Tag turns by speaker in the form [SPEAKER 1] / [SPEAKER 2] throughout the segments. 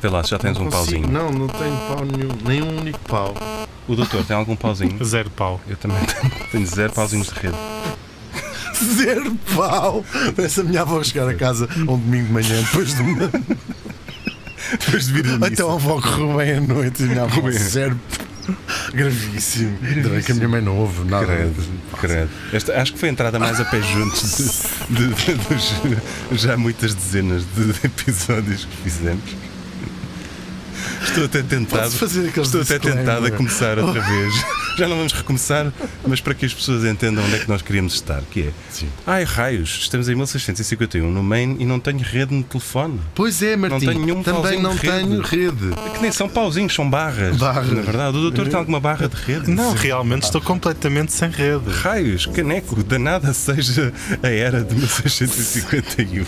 [SPEAKER 1] Vê lá, se já tens
[SPEAKER 2] Não
[SPEAKER 1] um
[SPEAKER 2] consigo.
[SPEAKER 1] pauzinho.
[SPEAKER 2] Não, não tenho pau nenhum, nem um único pau.
[SPEAKER 1] O doutor tem algum pauzinho?
[SPEAKER 3] Zero pau.
[SPEAKER 1] Eu também tenho- tenho zero pauzinhos de rede.
[SPEAKER 2] Zero pau! Parece a minha avó chegar a casa um domingo de manhã depois de uma.
[SPEAKER 1] Depois de vir a missa.
[SPEAKER 2] Então a avó correu bem à noite e a minha avó zero. é. Gravíssimo. Ainda bem que a minha mãe não ouve nada. Ah,
[SPEAKER 1] Credo, credo. Esta, acho que foi a entrada mais a pé juntos de- de- de- dos já muitas dezenas de episódios que fizemos. Estou até tentado.
[SPEAKER 2] Posso fazer aqueles
[SPEAKER 1] Estou até
[SPEAKER 2] disclaimer? Oh.
[SPEAKER 1] tentado a começar outra vez. Já não vamos recomeçar, mas para que as pessoas entendam onde é que nós queríamos estar, que é.
[SPEAKER 2] Sim.
[SPEAKER 1] Ai, raios, estamos em 1651 no Maine e não tenho rede no telefone.
[SPEAKER 2] Pois é, Martim.
[SPEAKER 1] tenho nenhum
[SPEAKER 2] também
[SPEAKER 1] pauzinho
[SPEAKER 2] não
[SPEAKER 1] de rede.
[SPEAKER 2] tenho rede.
[SPEAKER 1] Que nem são pauzinhos, são barras.
[SPEAKER 2] Barras.
[SPEAKER 1] Na verdade, o doutor tem alguma barra de rede?
[SPEAKER 3] Não, realmente estou completamente sem rede.
[SPEAKER 1] Raios, caneco, danada seja a era de 1651.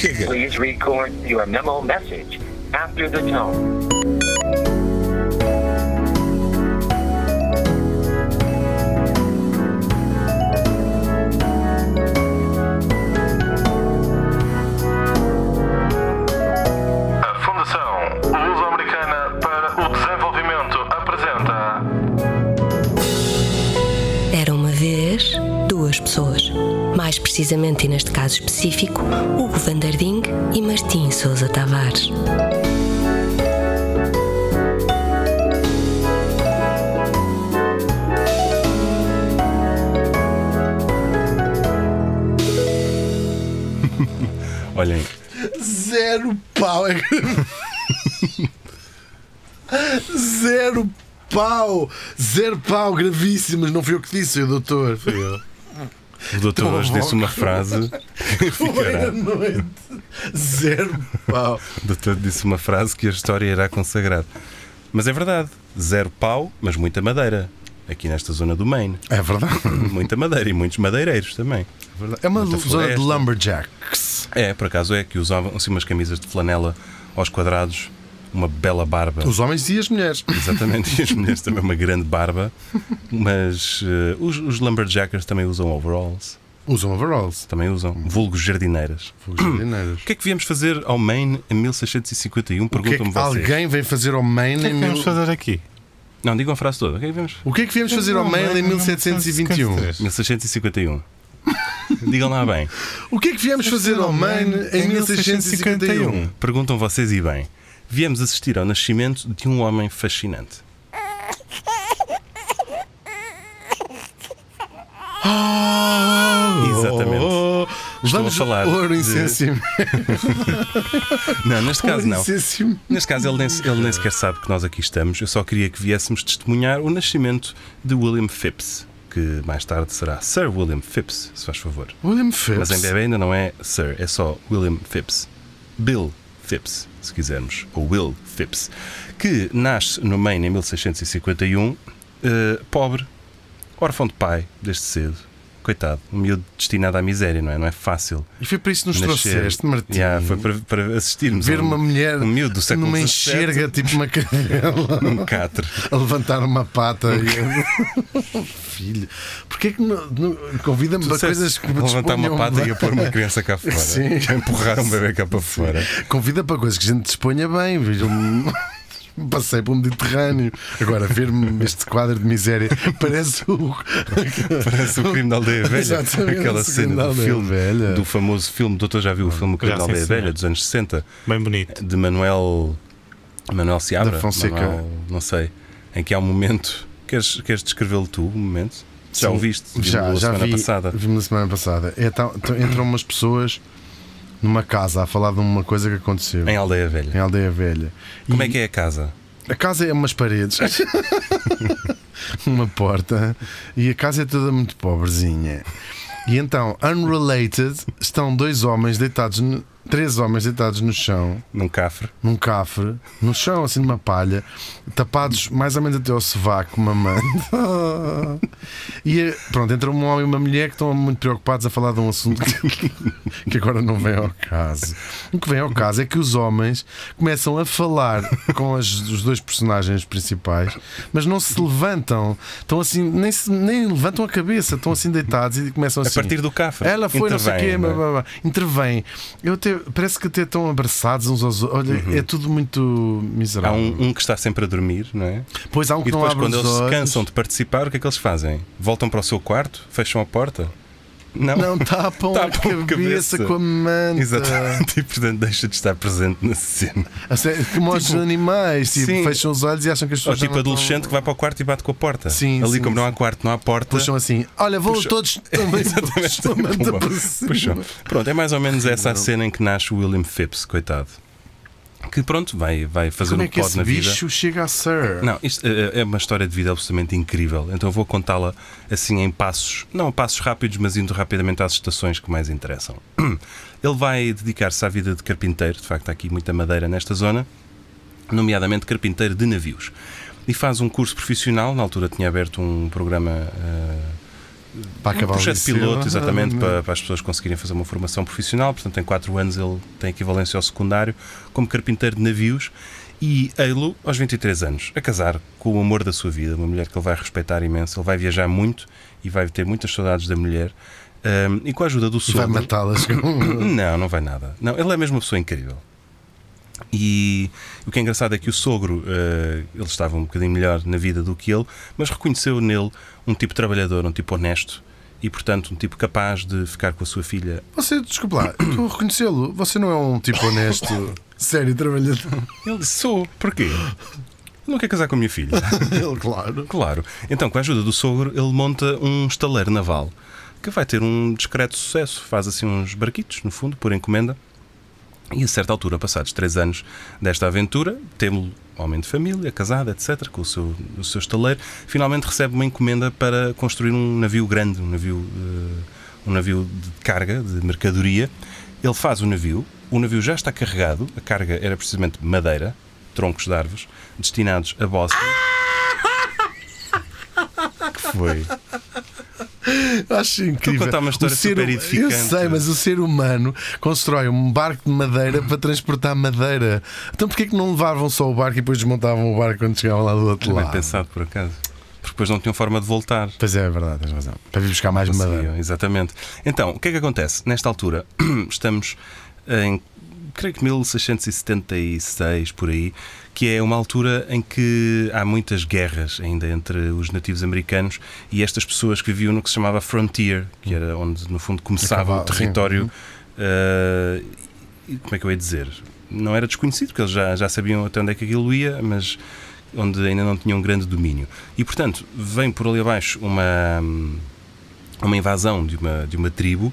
[SPEAKER 1] Chega.
[SPEAKER 4] Please record your memo message after the tone.
[SPEAKER 5] A Fundação Luso-Americana para o Desenvolvimento apresenta
[SPEAKER 6] Era uma vez duas pessoas. Mais precisamente, e neste caso específico, Hugo Vandarding e Martim Souza Tavares.
[SPEAKER 1] Olhem,
[SPEAKER 2] Zero pau. é gra- Zero pau. Zero pau, gravíssimo. Mas não fui eu que disse, foi o doutor. Foi eu.
[SPEAKER 1] o doutor hoje disse uma frase. que
[SPEAKER 2] Foi à
[SPEAKER 1] Ficará.
[SPEAKER 2] noite. Zero pau.
[SPEAKER 1] O doutor disse uma frase que a história irá consagrar. Mas é verdade, zero pau, mas muita madeira. Aqui nesta zona do Maine.
[SPEAKER 2] É verdade.
[SPEAKER 1] Muita madeira e muitos madeireiros também.
[SPEAKER 2] É uma
[SPEAKER 1] Muita
[SPEAKER 2] zona de
[SPEAKER 1] floresta.
[SPEAKER 2] lumberjacks.
[SPEAKER 1] É, por acaso é que usavam assim umas camisas de flanela aos quadrados, uma bela barba.
[SPEAKER 2] Os homens e as mulheres.
[SPEAKER 1] Exatamente, e as mulheres também uma grande barba, mas eh, os, os lumberjackers também usam overalls,
[SPEAKER 2] Usam overalls.
[SPEAKER 1] também usam
[SPEAKER 2] Hum.
[SPEAKER 1] vulgos jardineiras.
[SPEAKER 2] Fogos jardineiros.
[SPEAKER 1] O que é que viemos fazer ao Maine em 1651?
[SPEAKER 2] O que é
[SPEAKER 1] Perguntam-me
[SPEAKER 2] que
[SPEAKER 1] um? vocês.
[SPEAKER 2] alguém vem fazer ao Maine
[SPEAKER 3] O que é
[SPEAKER 2] em
[SPEAKER 3] que vamos
[SPEAKER 2] mil...
[SPEAKER 3] fazer aqui?
[SPEAKER 1] Não, digam a frase toda. O que é que viemos?
[SPEAKER 2] O que é que viemos fazer ao Maine em 1721?
[SPEAKER 1] 1651. digam lá bem.
[SPEAKER 2] O que é que viemos fazer ao Maine em 1651?
[SPEAKER 1] Perguntam vocês e bem. Viemos assistir ao nascimento de um homem fascinante.
[SPEAKER 3] um.
[SPEAKER 1] Exatamente.
[SPEAKER 2] Oh,
[SPEAKER 1] Estou
[SPEAKER 2] vamos
[SPEAKER 1] a falar
[SPEAKER 2] Ouro
[SPEAKER 1] de-
[SPEAKER 2] incensimento.
[SPEAKER 1] Não, neste caso não.
[SPEAKER 2] Incensimento.
[SPEAKER 1] Neste caso, ele nem, ele nem sequer sabe que nós aqui estamos. Eu só queria que viéssemos testemunhar o nascimento de William Phipps, que mais tarde será Sir William Phipps, se faz favor.
[SPEAKER 2] William Phipps.
[SPEAKER 1] Mas em bebê ainda não é Sir, é só William Phipps. Bill Phipps, se quisermos, ou Will Phipps, que nasce no Maine em 1651, eh, pobre, órfão de pai desde cedo. Coitado, um miúdo destinado à miséria, não é? Não é fácil.
[SPEAKER 2] E foi para isso que nos
[SPEAKER 1] nascer.
[SPEAKER 2] trouxeste, Martim.
[SPEAKER 1] Yeah, foi para, para assistirmos
[SPEAKER 2] Ver
[SPEAKER 1] a um-
[SPEAKER 2] uma mulher
[SPEAKER 1] um miúdo do século
[SPEAKER 2] numa
[SPEAKER 1] XVII,
[SPEAKER 2] enxerga, tipo uma cadela,
[SPEAKER 1] num Um catre.
[SPEAKER 2] a levantar uma pata. e- Filho, porquê é que não- não- convida-me para coisas que me
[SPEAKER 1] é levantar uma
[SPEAKER 2] disponham
[SPEAKER 1] pata e a
[SPEAKER 2] bem?
[SPEAKER 1] pôr uma criança cá fora.
[SPEAKER 2] Sim.
[SPEAKER 1] A empurrar um bebê cá para fora.
[SPEAKER 2] Convida para coisas que a gente disponha bem. Veja um... Passei pelo Mediterrâneo. Agora, ver-me este quadro de miséria parece o.
[SPEAKER 1] Parece o crime da aldeia velha.
[SPEAKER 2] Exatamente,
[SPEAKER 1] Aquela
[SPEAKER 2] o
[SPEAKER 1] cena
[SPEAKER 2] Crime da
[SPEAKER 1] do
[SPEAKER 2] Aldeia
[SPEAKER 1] filme,
[SPEAKER 2] Velha. Ah,
[SPEAKER 1] do famoso filme, o doutor já viu o filme O Crime
[SPEAKER 3] Já,
[SPEAKER 1] da
[SPEAKER 3] sim,
[SPEAKER 1] Aldeia
[SPEAKER 3] senhor.
[SPEAKER 1] Velha dos anos 60,
[SPEAKER 3] Bem bonito.
[SPEAKER 1] de Manuel. Manuel Seabra?
[SPEAKER 2] Da Fonseca.
[SPEAKER 1] Manuel- não sei. Em que há um momento. Queres, queres descrevê-lo tu, um momento? Já o viste?
[SPEAKER 2] Já,
[SPEAKER 1] Vimos-lo a
[SPEAKER 2] já
[SPEAKER 1] semana
[SPEAKER 2] vi.
[SPEAKER 1] passada.
[SPEAKER 2] Vimos na semana passada. É tal- então entram umas pessoas numa casa a falar de uma coisa que aconteceu
[SPEAKER 1] Em
[SPEAKER 2] em,
[SPEAKER 1] Aldeia Velha.
[SPEAKER 2] Aldeia Velha.
[SPEAKER 1] Como é que é a casa?
[SPEAKER 2] A casa é umas paredes, uma porta, e a casa é toda muito pobrezinha. E então, unrelated, estão dois homens deitados no- três homens deitados no chão,
[SPEAKER 1] num cafre.
[SPEAKER 2] num cafre, no chão, assim numa palha, tapados mais ou menos até ao sovaco, mamando. E eh, pronto, entra um homem e uma mulher que estão muito preocupados a falar de um assunto que- que agora não vem ao caso. O que vem ao caso é que os homens começam a falar com as- os dois personagens principais, mas não se levantam, estão assim, nem, se- nem levantam a cabeça, estão assim deitados e começam assim.
[SPEAKER 1] partir do cafre.
[SPEAKER 2] Ela foi, não sei o quê,
[SPEAKER 1] Intervém, não é?
[SPEAKER 2] blá, blá, blá, intervém. Eu até, parece que até estão abraçados uns aos outros. Olha, é tudo muito
[SPEAKER 1] Uhum. Há
[SPEAKER 2] miserável.
[SPEAKER 1] um, um que está sempre a dormir, não é?
[SPEAKER 2] Pois há um
[SPEAKER 1] E
[SPEAKER 2] que não
[SPEAKER 1] depois,
[SPEAKER 2] abre
[SPEAKER 1] quando
[SPEAKER 2] os
[SPEAKER 1] eles se
[SPEAKER 2] olhos.
[SPEAKER 1] cansam de participar, o que é que eles fazem? Voltam para o seu quarto? Fecham a porta? Não.
[SPEAKER 2] Não, tá tapam,
[SPEAKER 1] Tapam
[SPEAKER 2] a
[SPEAKER 1] a
[SPEAKER 2] cabeça,
[SPEAKER 1] cabeça.
[SPEAKER 2] com a manta.
[SPEAKER 1] Exatamente. E portanto deixa Tipo, de estar presente na cena.
[SPEAKER 2] A sério, Como aos
[SPEAKER 1] Tipo,
[SPEAKER 2] animais, tipo,
[SPEAKER 1] sim.
[SPEAKER 2] fecham os olhos e acham que as
[SPEAKER 1] Ou
[SPEAKER 2] pessoas. já
[SPEAKER 1] tipo
[SPEAKER 2] não estão-
[SPEAKER 1] adolescente que vai para o quarto e bate com a porta.
[SPEAKER 2] Sim,
[SPEAKER 1] Ali,
[SPEAKER 2] sim,
[SPEAKER 1] como não há
[SPEAKER 2] sim.
[SPEAKER 1] quarto, não há porta.
[SPEAKER 2] Puxam assim, olha, vão
[SPEAKER 1] Puxam-
[SPEAKER 2] todos também
[SPEAKER 1] Exatamente.
[SPEAKER 2] puxam a manta
[SPEAKER 1] Pumba.
[SPEAKER 2] para cima.
[SPEAKER 1] Puxam. Pronto, é mais ou menos essa a cena em que nasce o William Phipps, coitado. Que pronto, vai, vai fazer
[SPEAKER 2] Como
[SPEAKER 1] um
[SPEAKER 2] é que
[SPEAKER 1] pod
[SPEAKER 2] esse
[SPEAKER 1] na vida.
[SPEAKER 2] bicho chega a ser?
[SPEAKER 1] Não, isto eh, é uma história de vida absolutamente incrível. Então eu vou contá-la assim em passos, não passos rápidos, mas indo rapidamente às estações que mais interessam. Ele vai dedicar-se à vida de carpinteiro, de facto há aqui muita madeira nesta zona, nomeadamente carpinteiro de navios. E faz um curso profissional, na altura tinha aberto um programa eh,
[SPEAKER 2] Para acabar o
[SPEAKER 1] projeto
[SPEAKER 2] liceu.
[SPEAKER 1] piloto, exatamente,
[SPEAKER 2] Ah,
[SPEAKER 1] para, para as pessoas conseguirem fazer uma formação profissional. Portanto, em 4 anos ele tem equivalência ao secundário como carpinteiro de navios. E Eilo, aos 23 anos, a casar com o amor da sua vida, uma mulher que ele vai respeitar imenso. Ele vai viajar muito e vai ter muitas saudades da mulher. Ahm, e com a ajuda do
[SPEAKER 2] Vai
[SPEAKER 1] sogro.
[SPEAKER 2] matá-las com.
[SPEAKER 1] Não, não vai nada. Não, ele é mesmo uma pessoa incrível. E o que é engraçado é que o sogro, eh, ele estava um bocadinho melhor na vida do que ele, mas reconheceu nele um tipo trabalhador, um tipo honesto e, portanto, um tipo capaz de ficar com a sua filha.
[SPEAKER 2] Você, desculpa lá, estou a reconhecê-lo. Você não é um tipo honesto, sério, trabalhador.
[SPEAKER 1] Ele disse: Sou, porquê? Ele não quer casar com a minha filha.
[SPEAKER 2] Ele, claro.
[SPEAKER 1] Claro. Então, com a ajuda do sogro, ele monta um estaleiro naval que vai ter um discreto sucesso. Faz assim uns barquitos, no fundo, por encomenda. E a certa altura, passados três anos desta aventura, temos homem de família, casado, etc., com o seu, o seu estaleiro, finalmente recebe uma encomenda para construir um navio grande, um navio, eh, um navio de carga, de mercadoria. Ele faz o navio, o navio já está carregado, a carga era precisamente madeira, troncos de árvores, destinados a Bósforo. que foi?
[SPEAKER 2] Acho incrível.
[SPEAKER 1] contar Então uma
[SPEAKER 2] O
[SPEAKER 1] história super
[SPEAKER 2] hum-
[SPEAKER 1] edificante.
[SPEAKER 2] Eu sei, mas o ser humano constrói um barco de madeira para transportar madeira. Então porquê que não levavam só o barco e depois desmontavam o barco quando chegavam lá do outro
[SPEAKER 1] Bem
[SPEAKER 2] lado?
[SPEAKER 1] pensado, por acaso. Porque depois não tinham forma de voltar.
[SPEAKER 2] Pois é, é verdade, tens razão. Para vir buscar mais madeira.
[SPEAKER 1] Conseguiam, Exatamente. Então, o que é que acontece? Nesta altura, estamos em, creio que 1676, por aí, que é uma altura em que há muitas guerras ainda entre os nativos americanos e estas pessoas que viviam no que se chamava Frontier, que era onde, no fundo, começava
[SPEAKER 2] Acabava,
[SPEAKER 1] o território. eh, e como é que eu ia dizer? Não era desconhecido, porque eles já, já sabiam até onde é que aquilo ia, mas onde ainda não tinham grande domínio. E, portanto, vem por ali abaixo uma, hum, uma invasão de uma, de uma tribo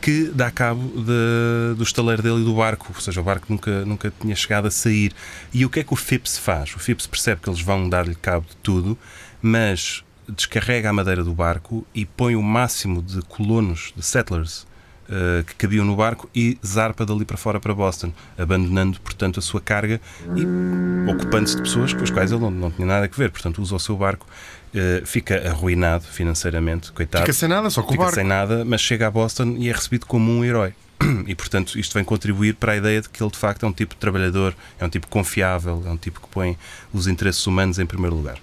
[SPEAKER 1] que dá cabo de- do estaleiro dele e do barco, ou seja, o barco nunca, nunca tinha chegado a sair. E o que é que o Phipps faz? O Phipps percebe que eles vão dar-lhe cabo de tudo, mas descarrega a madeira do barco e põe o máximo de colonos, de settlers, eh, que cabiam no barco e zarpa dali para fora para Boston, abandonando, portanto, a sua carga e ocupando-se de pessoas com as quais ele não, não tinha nada a ver. Portanto, usa o seu barco, eh, fica arruinado financeiramente, coitado
[SPEAKER 2] Fica sem nada, só com o
[SPEAKER 1] fica
[SPEAKER 2] barco.
[SPEAKER 1] sem nada, mas chega a Boston e é recebido como um herói. E portanto, isto vem contribuir para a ideia de que ele de facto é um tipo de trabalhador, é um tipo confiável, é um tipo que põe os interesses humanos em primeiro lugar.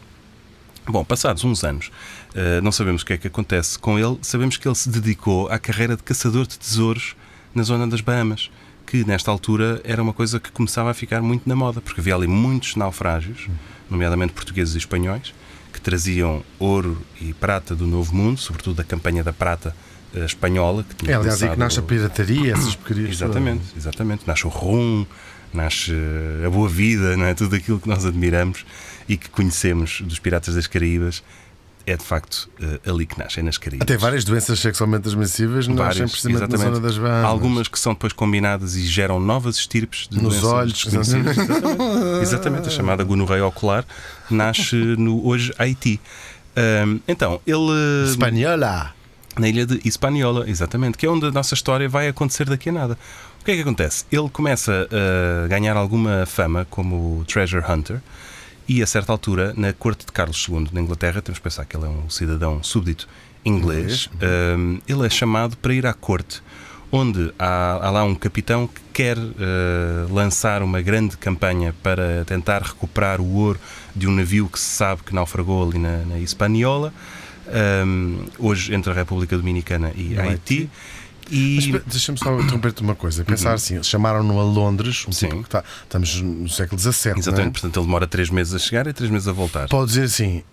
[SPEAKER 1] Bom, passados uns anos, eh, não sabemos o que é que acontece com ele, sabemos que ele se dedicou à carreira de caçador de tesouros na zona das Bahamas, que nesta altura era uma coisa que começava a ficar muito na moda, porque havia ali muitos naufrágios, nomeadamente portugueses e espanhóis, que traziam ouro e prata do Novo Mundo, sobretudo da campanha da prata eh, espanhola. Que tinha
[SPEAKER 2] É, aliás, aí que
[SPEAKER 1] começado-
[SPEAKER 2] nasce a pirataria, essas porcarias.
[SPEAKER 1] Exatamente, exatamente. Nasce o rum, nasce eh, a boa vida, não é? Tudo aquilo que nós admiramos e que conhecemos dos Piratas das Caraíbas é de facto eh, ali que nasce, é nas Caraíbas.
[SPEAKER 2] Até várias doenças sexualmente transmissíveis nascem
[SPEAKER 1] Várias,
[SPEAKER 2] precisamente na zona das Bahamas.
[SPEAKER 1] Algumas que são depois combinadas e geram novas estirpes de
[SPEAKER 2] Nos
[SPEAKER 1] doenças
[SPEAKER 2] olhos, assim. Ah.
[SPEAKER 1] desconhecidas. Exatamente. Exatamente, a chamada gonorreia ocular nasce no hoje Haiti. Ahm, então, ele.
[SPEAKER 2] Espanhola!
[SPEAKER 1] Na ilha de Hispaniola, exatamente, que é onde a nossa história vai acontecer daqui a nada. O que é que acontece? Ele começa a ganhar alguma fama como Treasure Hunter e, a certa altura, na corte de Carlos II, na Inglaterra, temos que pensar que ele é um cidadão súbdito inglês, hum, ele é chamado para ir à corte, onde há, há lá um capitão que quer eh, lançar uma grande campanha para tentar recuperar o ouro de um navio que se sabe que naufragou ali na, na Hispaniola, hum, hoje entre a República Dominicana e Haiti. E...
[SPEAKER 2] é
[SPEAKER 1] Uhum.
[SPEAKER 2] Mas, pe- Deixa-me só interromper-te uma coisa. Pensar assim, chamaram-no a Londres, um
[SPEAKER 1] Sim.
[SPEAKER 2] tipo que tá- estamos no século XVII.
[SPEAKER 1] Exatamente,
[SPEAKER 2] não é?
[SPEAKER 1] portanto ele demora 3 meses a chegar e 3 meses a voltar.
[SPEAKER 2] Pode dizer assim: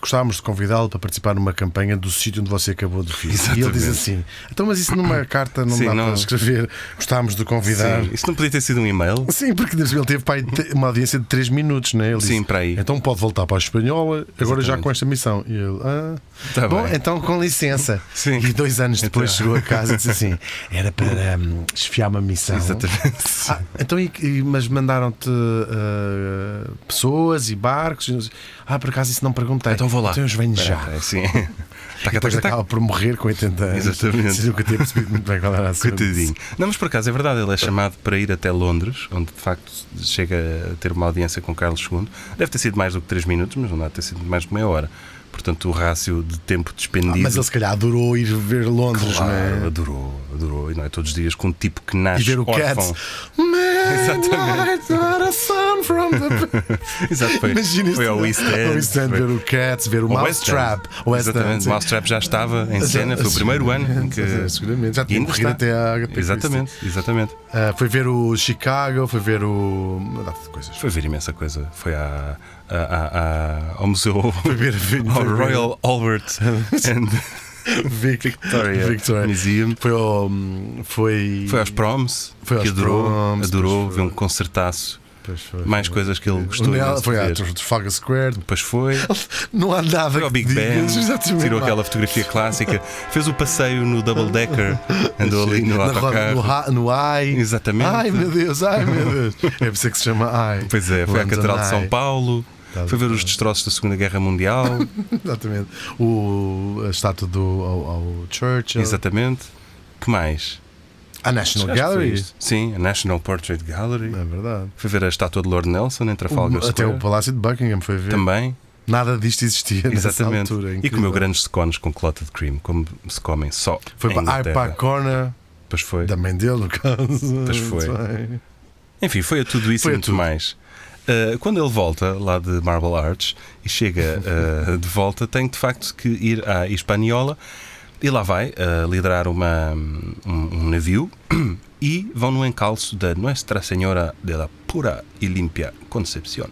[SPEAKER 2] gostávamos de convidá-lo para participar numa campanha do sítio onde você acabou de vir. E ele
[SPEAKER 1] Exatamente.
[SPEAKER 2] diz assim: então, mas isso numa carta não
[SPEAKER 1] Sim,
[SPEAKER 2] dá
[SPEAKER 1] não.
[SPEAKER 2] para escrever, gostávamos de convidar.
[SPEAKER 1] Sim,
[SPEAKER 2] Sim.
[SPEAKER 1] isto não podia ter sido um e-mail.
[SPEAKER 2] porque deve- ele teve pá, aí te- uma audiência de 3 minutos, né? Ele
[SPEAKER 1] Sim,
[SPEAKER 2] disse,
[SPEAKER 1] para aí.
[SPEAKER 2] Então pode voltar para a Espanhola, agora já
[SPEAKER 1] Exatamente.
[SPEAKER 2] com esta missão. E ele, ah.
[SPEAKER 1] Tá
[SPEAKER 2] Bom,
[SPEAKER 1] bem.
[SPEAKER 2] então com licença.
[SPEAKER 1] Sim.
[SPEAKER 2] E dois anos depois
[SPEAKER 1] Então.
[SPEAKER 2] chegou a casa e disse assim: era para hum, esfiar uma missão.
[SPEAKER 1] Exatamente.
[SPEAKER 2] Ah, então, e, e- mas mandaram-te ah, pessoas e barcos? e não sei- Ah, por acaso isso não perguntei.
[SPEAKER 1] Então vou lá.
[SPEAKER 2] Então eu venho
[SPEAKER 1] Espera,
[SPEAKER 2] já.
[SPEAKER 1] espera, Sim. Taca,
[SPEAKER 2] Depois
[SPEAKER 1] taca, taca.
[SPEAKER 2] acaba por morrer com 80 anos.
[SPEAKER 1] Exatamente.
[SPEAKER 2] Sem nunca ter percebido muito bem qual era a sua
[SPEAKER 1] Coitadinho. um Não, mas por acaso é verdade, ele é chamado para ir até Londres, onde de facto chega a ter uma audiência com Carlos II. Deve ter sido mais do que 3 minutos, mas não deve ter sido mais do que meia hora. Portanto, o rácio de tempo
[SPEAKER 2] missão.
[SPEAKER 1] despendido.
[SPEAKER 2] Ah, Mas ele se calhar adorou ir ver Londres,
[SPEAKER 1] claro,
[SPEAKER 2] não é?
[SPEAKER 1] adorou, adorou. E não é todos os dias com um tipo que nasce
[SPEAKER 2] E ver o
[SPEAKER 1] órfão.
[SPEAKER 2] Cats. Man,
[SPEAKER 1] Exatamente.
[SPEAKER 2] I got a son from the.
[SPEAKER 1] Exato, foi,
[SPEAKER 2] Imagina isto. é?
[SPEAKER 1] foi ao East End.
[SPEAKER 2] Ao East End,
[SPEAKER 1] foi-
[SPEAKER 2] ver o Cats, ver o
[SPEAKER 1] Ao West End.
[SPEAKER 2] Mousetrap. ao West End,
[SPEAKER 1] Exatamente,
[SPEAKER 2] sim.
[SPEAKER 1] o Mousetrap já estava em cena, foi o primeiro ano em que.
[SPEAKER 2] Seguramente, seguramente. Já tinha
[SPEAKER 1] E ainda
[SPEAKER 2] corrido
[SPEAKER 1] está.
[SPEAKER 2] até à Agatha Christie.
[SPEAKER 1] Exatamente, exatamente.
[SPEAKER 2] Ah, foi ver o Chicago, foi ver o. Uma data de coisas.
[SPEAKER 1] Foi ver imensa coisa. Foi à, à- à- à- ao museu.
[SPEAKER 2] ver- foi
[SPEAKER 1] ao
[SPEAKER 2] ver-
[SPEAKER 1] Royal Albert and
[SPEAKER 2] Vic-
[SPEAKER 1] Victoria,
[SPEAKER 2] Victoria.
[SPEAKER 1] Museum.
[SPEAKER 2] Foi ao. hum, Foi.
[SPEAKER 1] Foi aos proms,
[SPEAKER 2] Foi aos
[SPEAKER 1] que adorou,
[SPEAKER 2] proms,
[SPEAKER 1] adorou,
[SPEAKER 2] pois
[SPEAKER 1] viu
[SPEAKER 2] foi.
[SPEAKER 1] um concertaço,
[SPEAKER 2] Pois foi.
[SPEAKER 1] mais coisas que ele gostou.
[SPEAKER 2] O Nel-
[SPEAKER 1] imenso de
[SPEAKER 2] Foi à
[SPEAKER 1] ver.
[SPEAKER 2] Trafalgar Square.
[SPEAKER 1] Depois foi.
[SPEAKER 2] Não há nada.
[SPEAKER 1] Foi ao
[SPEAKER 2] que
[SPEAKER 1] Big Ben,
[SPEAKER 2] digas, exatamente.
[SPEAKER 1] tirou
[SPEAKER 2] Pá.
[SPEAKER 1] aquela fotografia clássica, fez o passeio no double decker, andou ali no
[SPEAKER 2] Na roda- no,
[SPEAKER 1] autocarro.
[SPEAKER 2] ra- no AI.
[SPEAKER 1] Exatamente.
[SPEAKER 2] Ai meu Deus, ai meu Deus. É por isso que se chama AI.
[SPEAKER 1] Pois é, foi à
[SPEAKER 2] London
[SPEAKER 1] Catedral de São
[SPEAKER 2] Eye.
[SPEAKER 1] Paulo,
[SPEAKER 2] Tá
[SPEAKER 1] foi ver
[SPEAKER 2] bem.
[SPEAKER 1] os destroços da Segunda Guerra Mundial,
[SPEAKER 2] Exatamente. O, a estátua do ao, ao Churchill.
[SPEAKER 1] exatamente. Que mais?
[SPEAKER 2] A National
[SPEAKER 1] Acho que foi
[SPEAKER 2] Gallery.
[SPEAKER 1] isto. Sim, a National Portrait Gallery.
[SPEAKER 2] É verdade.
[SPEAKER 1] Foi ver a estátua de Lord Nelson em Trafalgar
[SPEAKER 2] O- até
[SPEAKER 1] Square.
[SPEAKER 2] o Palácio de Buckingham foi ver.
[SPEAKER 1] Também,
[SPEAKER 2] Nada disto existia
[SPEAKER 1] exatamente.
[SPEAKER 2] nessa altura. é
[SPEAKER 1] e
[SPEAKER 2] incrível.
[SPEAKER 1] comeu grandes scones com clota de cream, como se comem só.
[SPEAKER 2] Foi
[SPEAKER 1] em
[SPEAKER 2] para a
[SPEAKER 1] Inglaterra.
[SPEAKER 2] Ipa Corner,
[SPEAKER 1] Pois foi.
[SPEAKER 2] da mãe dele, no caso.
[SPEAKER 1] Pois foi.
[SPEAKER 2] Muito bem.
[SPEAKER 1] Enfim, foi a tudo isso
[SPEAKER 2] Foi
[SPEAKER 1] e
[SPEAKER 2] a
[SPEAKER 1] muito
[SPEAKER 2] tudo.
[SPEAKER 1] mais. Ah, quando ele volta lá de Marble Arch e chega ah, de volta, tem de facto que ir à Hispaniola e lá vai ah, liderar uma, um, um navio e vão no encalço da Nuestra Senhora de la Pura e Limpia Concepción,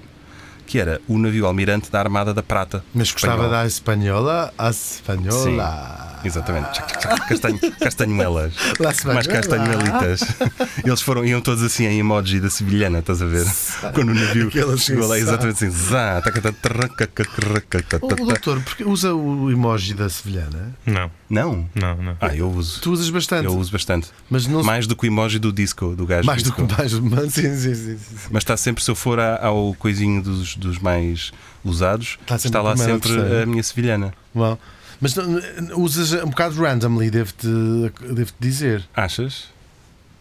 [SPEAKER 1] que era o navio almirante da Armada da Prata.
[SPEAKER 2] Mas gostava
[SPEAKER 1] espanhola.
[SPEAKER 2] da espanhola, a espanhola.
[SPEAKER 1] Exatamente. Tchac, tchac, tchac, Castanho, castanhoelas.
[SPEAKER 2] La espanhola.
[SPEAKER 1] Mais castanhoelitas.
[SPEAKER 2] Ah.
[SPEAKER 1] Eles foram, iam todos assim em emoji da sevilhana, estás a ver? Quando o navio
[SPEAKER 2] Aquela assim,
[SPEAKER 1] chegou lá,
[SPEAKER 2] sa.
[SPEAKER 1] exatamente assim. Zá, tacatá, tarraca, cacarraca,
[SPEAKER 2] O,
[SPEAKER 1] tatatá.
[SPEAKER 2] o doutor, porque usa o emoji da sevilhana?
[SPEAKER 3] Não,
[SPEAKER 1] Não?
[SPEAKER 3] não, não.
[SPEAKER 1] Ah, eu uso.
[SPEAKER 2] Tu usas bastante.
[SPEAKER 1] Eu uso bastante.
[SPEAKER 2] Mas não
[SPEAKER 1] Mais do que o emoji do disco, do gajo.
[SPEAKER 2] mais do que
[SPEAKER 1] disco.
[SPEAKER 2] mais. Mas, sim, sim, sim, sim, sim.
[SPEAKER 1] Mas está sempre, se eu for à- ao coisinho dos, dos mais usados,
[SPEAKER 2] Está sempre
[SPEAKER 1] está
[SPEAKER 2] a
[SPEAKER 1] lá
[SPEAKER 2] primeira é?
[SPEAKER 1] sempre
[SPEAKER 2] opção.
[SPEAKER 1] a minha sevilhana.
[SPEAKER 2] Bom, mas não- não- usas um bocado randomly, devo-te devo dizer.
[SPEAKER 1] Achas?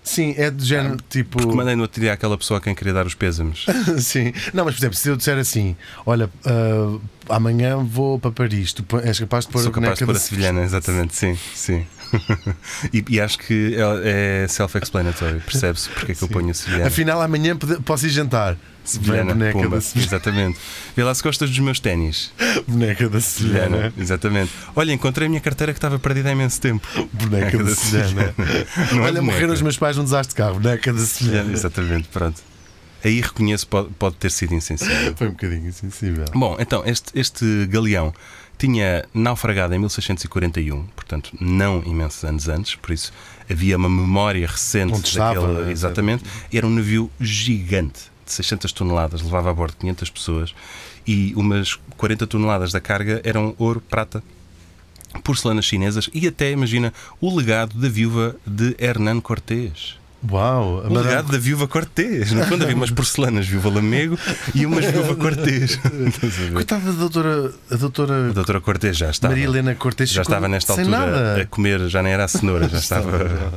[SPEAKER 2] Sim, é do género tipo.
[SPEAKER 1] Ah, Porque mandei no outro dia àquela pessoa a quem queria dar os pésames.
[SPEAKER 2] Sim. Não, mas por exemplo, se eu disser assim: Olha, ah, amanhã vou para Paris, tu põe- és capaz de pôr
[SPEAKER 1] Sou
[SPEAKER 2] a
[SPEAKER 1] capaz de
[SPEAKER 2] boneca
[SPEAKER 1] pôr a
[SPEAKER 2] da-
[SPEAKER 1] sevilhana, exatamente, sim, sim. e, e acho que é, é self-explanatory, percebe-se porque é que eu ponho a sevilhana.
[SPEAKER 2] Afinal, amanhã pode- posso ir jantar.
[SPEAKER 1] Sevilhana,
[SPEAKER 2] Vem a boneca
[SPEAKER 1] pumba,
[SPEAKER 2] da sevilhana.
[SPEAKER 1] exatamente. Vê lá se gostas dos meus ténis.
[SPEAKER 2] Boneca da
[SPEAKER 1] Sevilhana,
[SPEAKER 2] Sevilhana.
[SPEAKER 1] exatamente. Olha, encontrei a minha carteira que estava perdida há imenso tempo.
[SPEAKER 2] Boneca da Sevilhana.
[SPEAKER 1] Não é boneca.
[SPEAKER 2] Olha,
[SPEAKER 1] É,
[SPEAKER 2] morreram os meus pais num desastre de carro. Boneca da
[SPEAKER 1] Sevilhana,
[SPEAKER 2] Sevilhana.
[SPEAKER 1] Exatamente, pronto. Aí reconheço, pode, pode ter sido insensível.
[SPEAKER 2] Foi um bocadinho insensível.
[SPEAKER 1] Bom, então, este, este galeão tinha naufragado em 1641, portanto, não imensos anos antes, por isso havia uma memória recente
[SPEAKER 2] Onde estava,
[SPEAKER 1] daquele-
[SPEAKER 2] né?
[SPEAKER 1] Exatamente. Era um navio gigante, de 600 toneladas, levava a bordo 500 pessoas e umas 40 toneladas da carga eram ouro, prata, porcelanas chinesas e até, imagina, o legado da viúva de Hernán Cortés.
[SPEAKER 2] Uau, a
[SPEAKER 1] O
[SPEAKER 2] Madame-
[SPEAKER 1] legado da viúva Cortês. No fundo havia umas porcelanas viúva Lamego e umas viúva Cortês. Estás a ver?
[SPEAKER 2] Coitada da doutora, a doutora
[SPEAKER 1] A doutora Cortês já estava.
[SPEAKER 2] Maria Helena Cortes
[SPEAKER 1] já
[SPEAKER 2] ficou
[SPEAKER 1] estava nesta
[SPEAKER 2] sem
[SPEAKER 1] altura
[SPEAKER 2] nada.
[SPEAKER 1] a comer, já nem era a cenoura, já estava,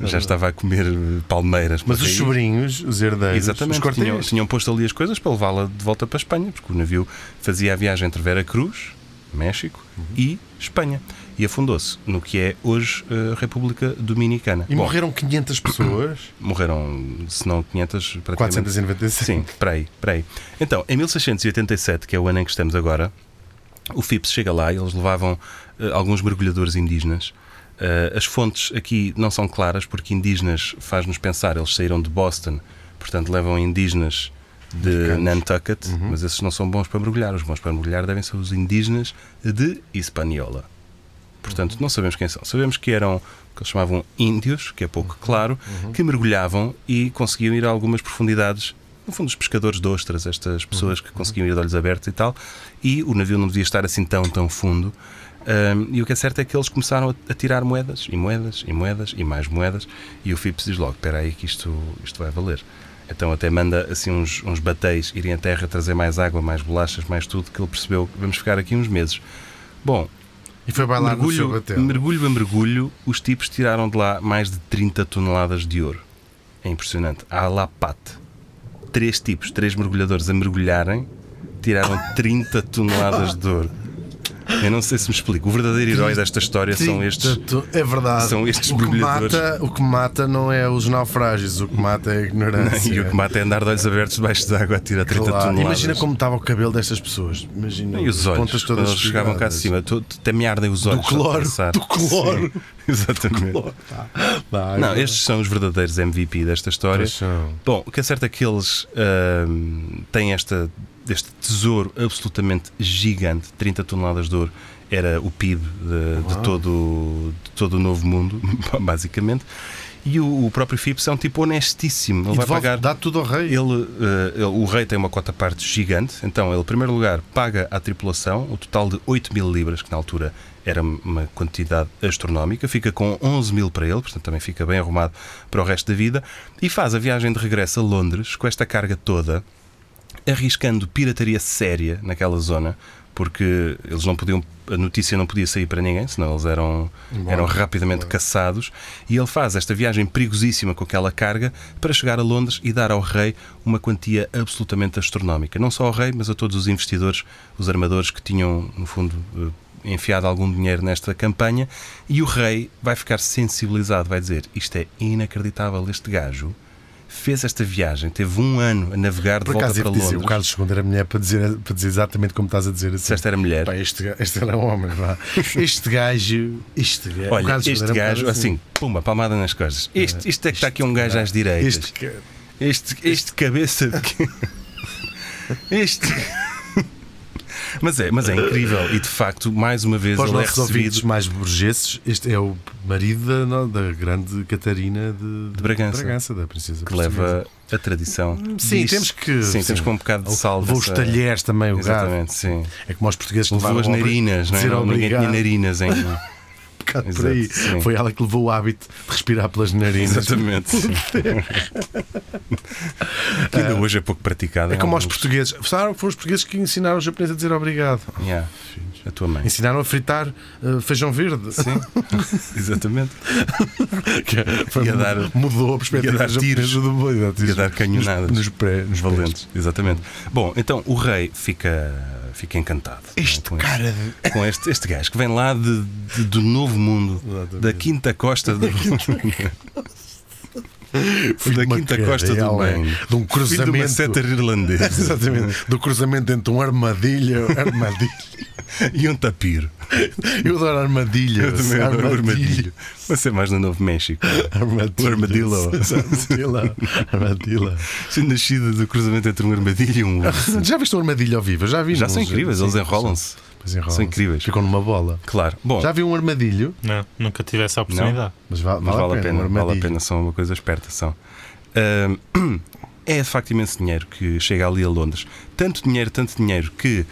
[SPEAKER 1] já estava a comer eh, palmeiras.
[SPEAKER 2] Mas
[SPEAKER 1] por
[SPEAKER 2] os
[SPEAKER 1] aí.
[SPEAKER 2] sobrinhos, os herdeiros, os
[SPEAKER 1] Exatamente,
[SPEAKER 2] Cortes.
[SPEAKER 1] tinham, tinham posto ali as coisas para levá-la de volta para a Espanha, porque o navio fazia a viagem entre Vera Cruz, México,
[SPEAKER 2] Uhum.
[SPEAKER 1] e Espanha. E afundou-se no que é hoje a República Dominicana.
[SPEAKER 2] E
[SPEAKER 1] Bom,
[SPEAKER 2] morreram 500 pessoas,
[SPEAKER 1] morreram, se não 500, praticamente.
[SPEAKER 2] 497.
[SPEAKER 1] Sim, peraí, peraí. Então, em 1687, que é o ano em que estamos agora, o FIPS chega lá e eles levavam eh, alguns mergulhadores indígenas. Eh, as fontes aqui não são claras porque indígenas faz-nos pensar, eles saíram de Boston, portanto levam indígenas de Nantucket, mas esses não são bons para mergulhar. Os bons para mergulhar devem ser os indígenas de Hispaniola. Portanto, não sabemos quem são. Sabemos que eram o que eles chamavam índios, que é pouco claro, que mergulhavam e conseguiam ir a algumas profundidades. No fundo, os pescadores de ostras, estas pessoas que conseguiam ir de olhos abertos e tal, e o navio não devia estar assim tão, tão fundo. Ahm, e o que é certo é que eles começaram a, a tirar moedas, e moedas, e moedas, e mais moedas, e o Phipps diz logo: espera aí, que isto, isto vai valer. Então, até manda assim uns, uns bateis irem à terra trazer mais água, mais bolachas, mais tudo, que ele percebeu que vamos ficar aqui uns meses. Bom,
[SPEAKER 2] E foi bailar no seu
[SPEAKER 1] mergulho,
[SPEAKER 2] batel.
[SPEAKER 1] mergulho a mergulho, os tipos tiraram de lá mais de 30 toneladas de ouro. É impressionante. À la pate. Três tipos, três mergulhadores a mergulharem, tiraram 30 toneladas de ouro. Eu não sei se me explico. O verdadeiro herói desta história são estes.
[SPEAKER 2] Portanto, É verdade.
[SPEAKER 1] são estes
[SPEAKER 2] o que,
[SPEAKER 1] mergulhadores.
[SPEAKER 2] mata, o que mata não é os naufrágios, o que mata é a ignorância.
[SPEAKER 1] E o que mata é andar de olhos abertos debaixo de água a tirar 30
[SPEAKER 2] Claro.
[SPEAKER 1] toneladas.
[SPEAKER 2] Imagina como estava o cabelo destas pessoas. Imagina
[SPEAKER 1] E os
[SPEAKER 2] as
[SPEAKER 1] olhos,
[SPEAKER 2] pontas
[SPEAKER 1] quando
[SPEAKER 2] todas
[SPEAKER 1] eles chegavam cá
[SPEAKER 2] espigadas.
[SPEAKER 1] acima, tu- tu- até me ardem os olhos. só de
[SPEAKER 2] cloro,
[SPEAKER 1] pensar.
[SPEAKER 2] do cloro.
[SPEAKER 1] Sim, exatamente.
[SPEAKER 2] Vai,
[SPEAKER 1] Não,
[SPEAKER 2] vai.
[SPEAKER 1] estes são os verdadeiros MVP desta história.
[SPEAKER 2] Pois são.
[SPEAKER 1] Bom, o que é certo é que eles ahm, têm esta, este tesouro absolutamente gigante, 30 toneladas de ouro. Era o PIB de, de todo, de todo o novo mundo, basicamente. E o, o próprio Phipps é um tipo honestíssimo. Ele
[SPEAKER 2] E
[SPEAKER 1] vai
[SPEAKER 2] devolve-
[SPEAKER 1] pagar.
[SPEAKER 2] dá tudo ao rei.
[SPEAKER 1] Ele, eh, ele- o rei tem uma cota parte gigante, então ele, em primeiro lugar, paga à tripulação o total de 8 mil libras, que na altura era uma quantidade astronómica, fica com 11 mil para ele, portanto também fica bem arrumado para o resto da vida, e faz a viagem de regresso a Londres com esta carga toda, arriscando pirataria séria naquela zona, porque eles não podiam, a notícia não podia sair para ninguém, senão eles eram, eram rapidamente caçados. E ele faz esta viagem perigosíssima com aquela carga para chegar a Londres e dar ao rei uma quantia absolutamente astronómica. Não só ao rei, mas a todos os investidores, os armadores que tinham, no fundo, eh, enfiado algum dinheiro nesta campanha. E o rei vai ficar sensibilizado, vai dizer: Isto é inacreditável, este gajo. Fez esta viagem, teve um ano a navegar de
[SPEAKER 2] Por
[SPEAKER 1] volta
[SPEAKER 2] acaso,
[SPEAKER 1] para
[SPEAKER 2] eu disse,
[SPEAKER 1] Londres.
[SPEAKER 2] o Carlos II era mulher para dizer, para dizer exatamente como estás a dizer assim.
[SPEAKER 1] Disseste era mulher.
[SPEAKER 2] Pá, este, ga- este era um homem, vá. Este gajo. Este gajo. o
[SPEAKER 1] Olha,
[SPEAKER 2] Carlos II
[SPEAKER 1] este
[SPEAKER 2] era um
[SPEAKER 1] gajo,
[SPEAKER 2] bocado
[SPEAKER 1] assim, pumba, palmada nas costas. Este, isto é que está aqui um gajo às direitas.
[SPEAKER 2] Este gajo.
[SPEAKER 1] Este, este cabeça de quê? Este. Mas é, mas é incrível e de facto, mais uma vez,
[SPEAKER 2] Para os
[SPEAKER 1] ele é
[SPEAKER 2] nossos ouvidos
[SPEAKER 1] recebido
[SPEAKER 2] mais burgueses, este é o marido da, no- da grande Catarina de,
[SPEAKER 1] De Bragança.
[SPEAKER 2] da princesa
[SPEAKER 1] que leva a tradição.
[SPEAKER 2] Sim,
[SPEAKER 1] disto.
[SPEAKER 2] temos que-
[SPEAKER 1] Sim, temos
[SPEAKER 2] sim.
[SPEAKER 1] que um bocado de sal.
[SPEAKER 2] Levou os
[SPEAKER 1] dessa-
[SPEAKER 2] talheres também, o gato.
[SPEAKER 1] Exatamente, sim.
[SPEAKER 2] É como os portugueses que
[SPEAKER 1] Levou as
[SPEAKER 2] levaram ao-
[SPEAKER 1] narinas, não é?
[SPEAKER 2] dizer
[SPEAKER 1] Ninguém tinha
[SPEAKER 2] obrigado.
[SPEAKER 1] narinas ainda.
[SPEAKER 2] Um bocado por
[SPEAKER 1] Exato,
[SPEAKER 2] aí.
[SPEAKER 1] sim.
[SPEAKER 2] Foi ela que levou o hábito de respirar pelas narinas.
[SPEAKER 1] Exatamente. sim. Que ainda hoje é pouco praticado.
[SPEAKER 2] É
[SPEAKER 1] em
[SPEAKER 2] como aos
[SPEAKER 1] alguns-
[SPEAKER 2] portugueses. Sabe, Foram os portugueses que ensinaram os japoneses a dizer obrigado.
[SPEAKER 1] Yeah. A tua mãe.
[SPEAKER 2] Ensinaram a fritar eh, feijão verde.
[SPEAKER 1] Sim, exatamente.
[SPEAKER 2] é, Foi,
[SPEAKER 1] Ia dar-
[SPEAKER 2] mudou a perspectiva
[SPEAKER 1] ia dar
[SPEAKER 2] japonesa
[SPEAKER 1] tiros.
[SPEAKER 2] do boi, dar tiros
[SPEAKER 1] Ia dar canhonadas.
[SPEAKER 2] nos, nos pé, nos
[SPEAKER 1] Os valentes, exatamente. Bom, então o rei fica, fica encantado. não é,
[SPEAKER 2] Este
[SPEAKER 1] com
[SPEAKER 2] cara
[SPEAKER 1] Este, com este, este gajo que vem lá de, de- do Novo Mundo, da Quinta Costa do.
[SPEAKER 2] Filho
[SPEAKER 1] da
[SPEAKER 2] de uma
[SPEAKER 1] Quinta Costa do
[SPEAKER 2] cadela,
[SPEAKER 1] Bem.
[SPEAKER 2] de um
[SPEAKER 1] Filho de uma
[SPEAKER 2] cruzamento.
[SPEAKER 1] seta irlandesa
[SPEAKER 2] Exatamente. Do cruzamento entre um armadilha, armadilha.
[SPEAKER 1] e um tapiro.
[SPEAKER 2] Eu adoro armadilha.
[SPEAKER 1] Eu também adoro o armadilho. Mas é mais no Novo México. O armadillo.
[SPEAKER 2] Armadilha. Armadilha.
[SPEAKER 1] Nascida do cruzamento entre um armadilho e um urso.
[SPEAKER 2] Já viste um armadilho ao vivo? Eu Já vi.
[SPEAKER 1] Já
[SPEAKER 2] nos-
[SPEAKER 1] são incríveis, eles
[SPEAKER 2] Sim,
[SPEAKER 1] enrolam-se.
[SPEAKER 2] pois enrolam-se.
[SPEAKER 1] São incríveis.
[SPEAKER 2] Ficam numa bola.
[SPEAKER 1] Claro. Bom,
[SPEAKER 2] Já vi um armadilho,
[SPEAKER 3] Não, nunca tive essa oportunidade.
[SPEAKER 2] mas va-
[SPEAKER 1] Mas
[SPEAKER 2] vale,
[SPEAKER 1] vale a pena,
[SPEAKER 2] um
[SPEAKER 1] vale a
[SPEAKER 2] armadilho.
[SPEAKER 1] pena, são uma coisa esperta, são. Ahm, é de facto imenso dinheiro que chega ali a Londres. Tanto dinheiro, tanto dinheiro que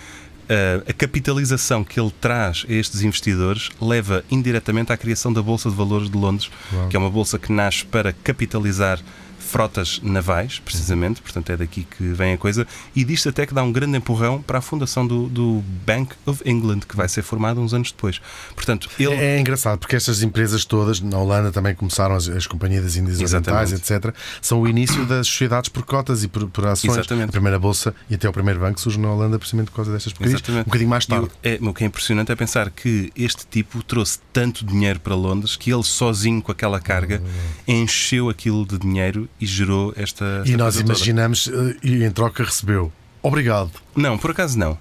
[SPEAKER 1] Uh, a capitalização que ele traz a estes investidores leva indiretamente à criação da Bolsa de Valores de Londres,
[SPEAKER 2] Uau.
[SPEAKER 1] que é uma bolsa que nasce para capitalizar frotas navais, precisamente, portanto é daqui que vem a coisa, e diz-se até que dá um grande empurrão para a fundação do, do Bank of England, que vai ser formada uns anos depois. Portanto, ele...
[SPEAKER 2] É, é engraçado porque estas empresas todas, na Holanda também começaram as, as companhias das Índias Orientais,
[SPEAKER 1] Exatamente.
[SPEAKER 2] etc. São o início das sociedades por cotas e por, por ações.
[SPEAKER 1] Exatamente.
[SPEAKER 2] A primeira bolsa e até o primeiro banco surge na Holanda precisamente por causa destas porcarias. Um bocadinho mais tarde.
[SPEAKER 1] E o- é, o que é impressionante é pensar que este tipo trouxe tanto dinheiro para Londres que ele sozinho, com aquela carga, encheu aquilo de dinheiro e gerou esta. esta
[SPEAKER 2] Ah. E nós
[SPEAKER 1] coisa toda.
[SPEAKER 2] imaginamos, eh, e em troca recebeu. Obrigado.
[SPEAKER 1] Não, por acaso não.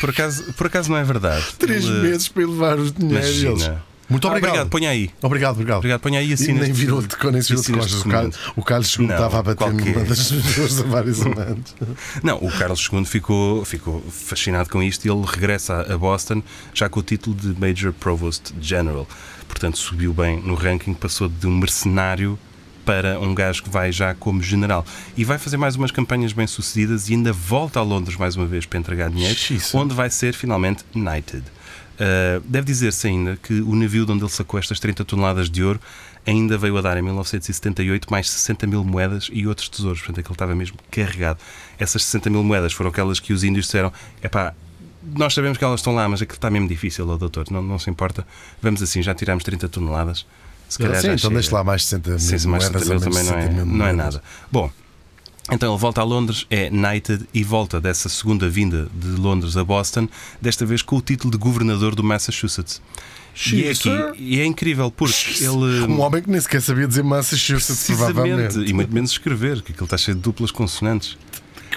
[SPEAKER 1] Por acaso, por acaso não é verdade.
[SPEAKER 2] Três
[SPEAKER 1] Ele-
[SPEAKER 2] meses para elevar os dinheiros.
[SPEAKER 1] Imagina.
[SPEAKER 2] Eles, Muito
[SPEAKER 1] Ah,
[SPEAKER 2] obrigado.
[SPEAKER 1] obrigado, ponha aí.
[SPEAKER 2] Obrigado, obrigado.
[SPEAKER 1] Obrigado, ponha aí
[SPEAKER 2] E
[SPEAKER 1] assim.
[SPEAKER 2] nem virou de, nem se virou de costas. O Carlos, o Carlos Schultz
[SPEAKER 1] Não,
[SPEAKER 2] estava a bater
[SPEAKER 1] qualquer.
[SPEAKER 2] numa das pessoas a vários amantes.
[SPEAKER 1] Não, o Carlos II ficou, ficou fascinado com isto e ele regressa a Boston já com o título de Major Provost General. Portanto, subiu bem no ranking, passou de um mercenário para um gajo que vai já como general. E vai fazer mais umas campanhas bem-sucedidas e ainda volta a Londres mais uma vez para entregar dinheiro,
[SPEAKER 2] Xiça.
[SPEAKER 1] onde vai ser finalmente knighted. Uh, deve dizer-se ainda que o navio de onde ele sacou estas 30 toneladas de ouro ainda veio a dar em 1978 mais 60 mil moedas e outros tesouros. Portanto, aquilo estava mesmo carregado. Essas 60 mil moedas foram aquelas que os índios disseram: epá, nós sabemos que elas estão lá, mas aquilo está mesmo difícil, ó doutor, não, não se importa. Vamos assim, já tiramos 30 toneladas. Se calhar
[SPEAKER 2] Sim,
[SPEAKER 1] já
[SPEAKER 2] então
[SPEAKER 1] chega."
[SPEAKER 2] deixa lá mais 60 mil.
[SPEAKER 1] Sim, sim, mais
[SPEAKER 2] moedas,
[SPEAKER 1] 70 mil
[SPEAKER 2] ou menos
[SPEAKER 1] também não é,
[SPEAKER 2] 60 mil
[SPEAKER 1] não é
[SPEAKER 2] moedas.
[SPEAKER 1] nada. Bom, então ele volta a Londres, é knighted e volta dessa segunda vinda de Londres a Boston, desta vez com o título de governador do Massachusetts. E é, aqui, e é incrível porque ele.
[SPEAKER 2] Um homem que nem sequer sabia dizer Massachusetts,
[SPEAKER 1] Precisamente,
[SPEAKER 2] provavelmente.
[SPEAKER 1] e muito menos escrever, que aquilo está cheio de duplas consonantes.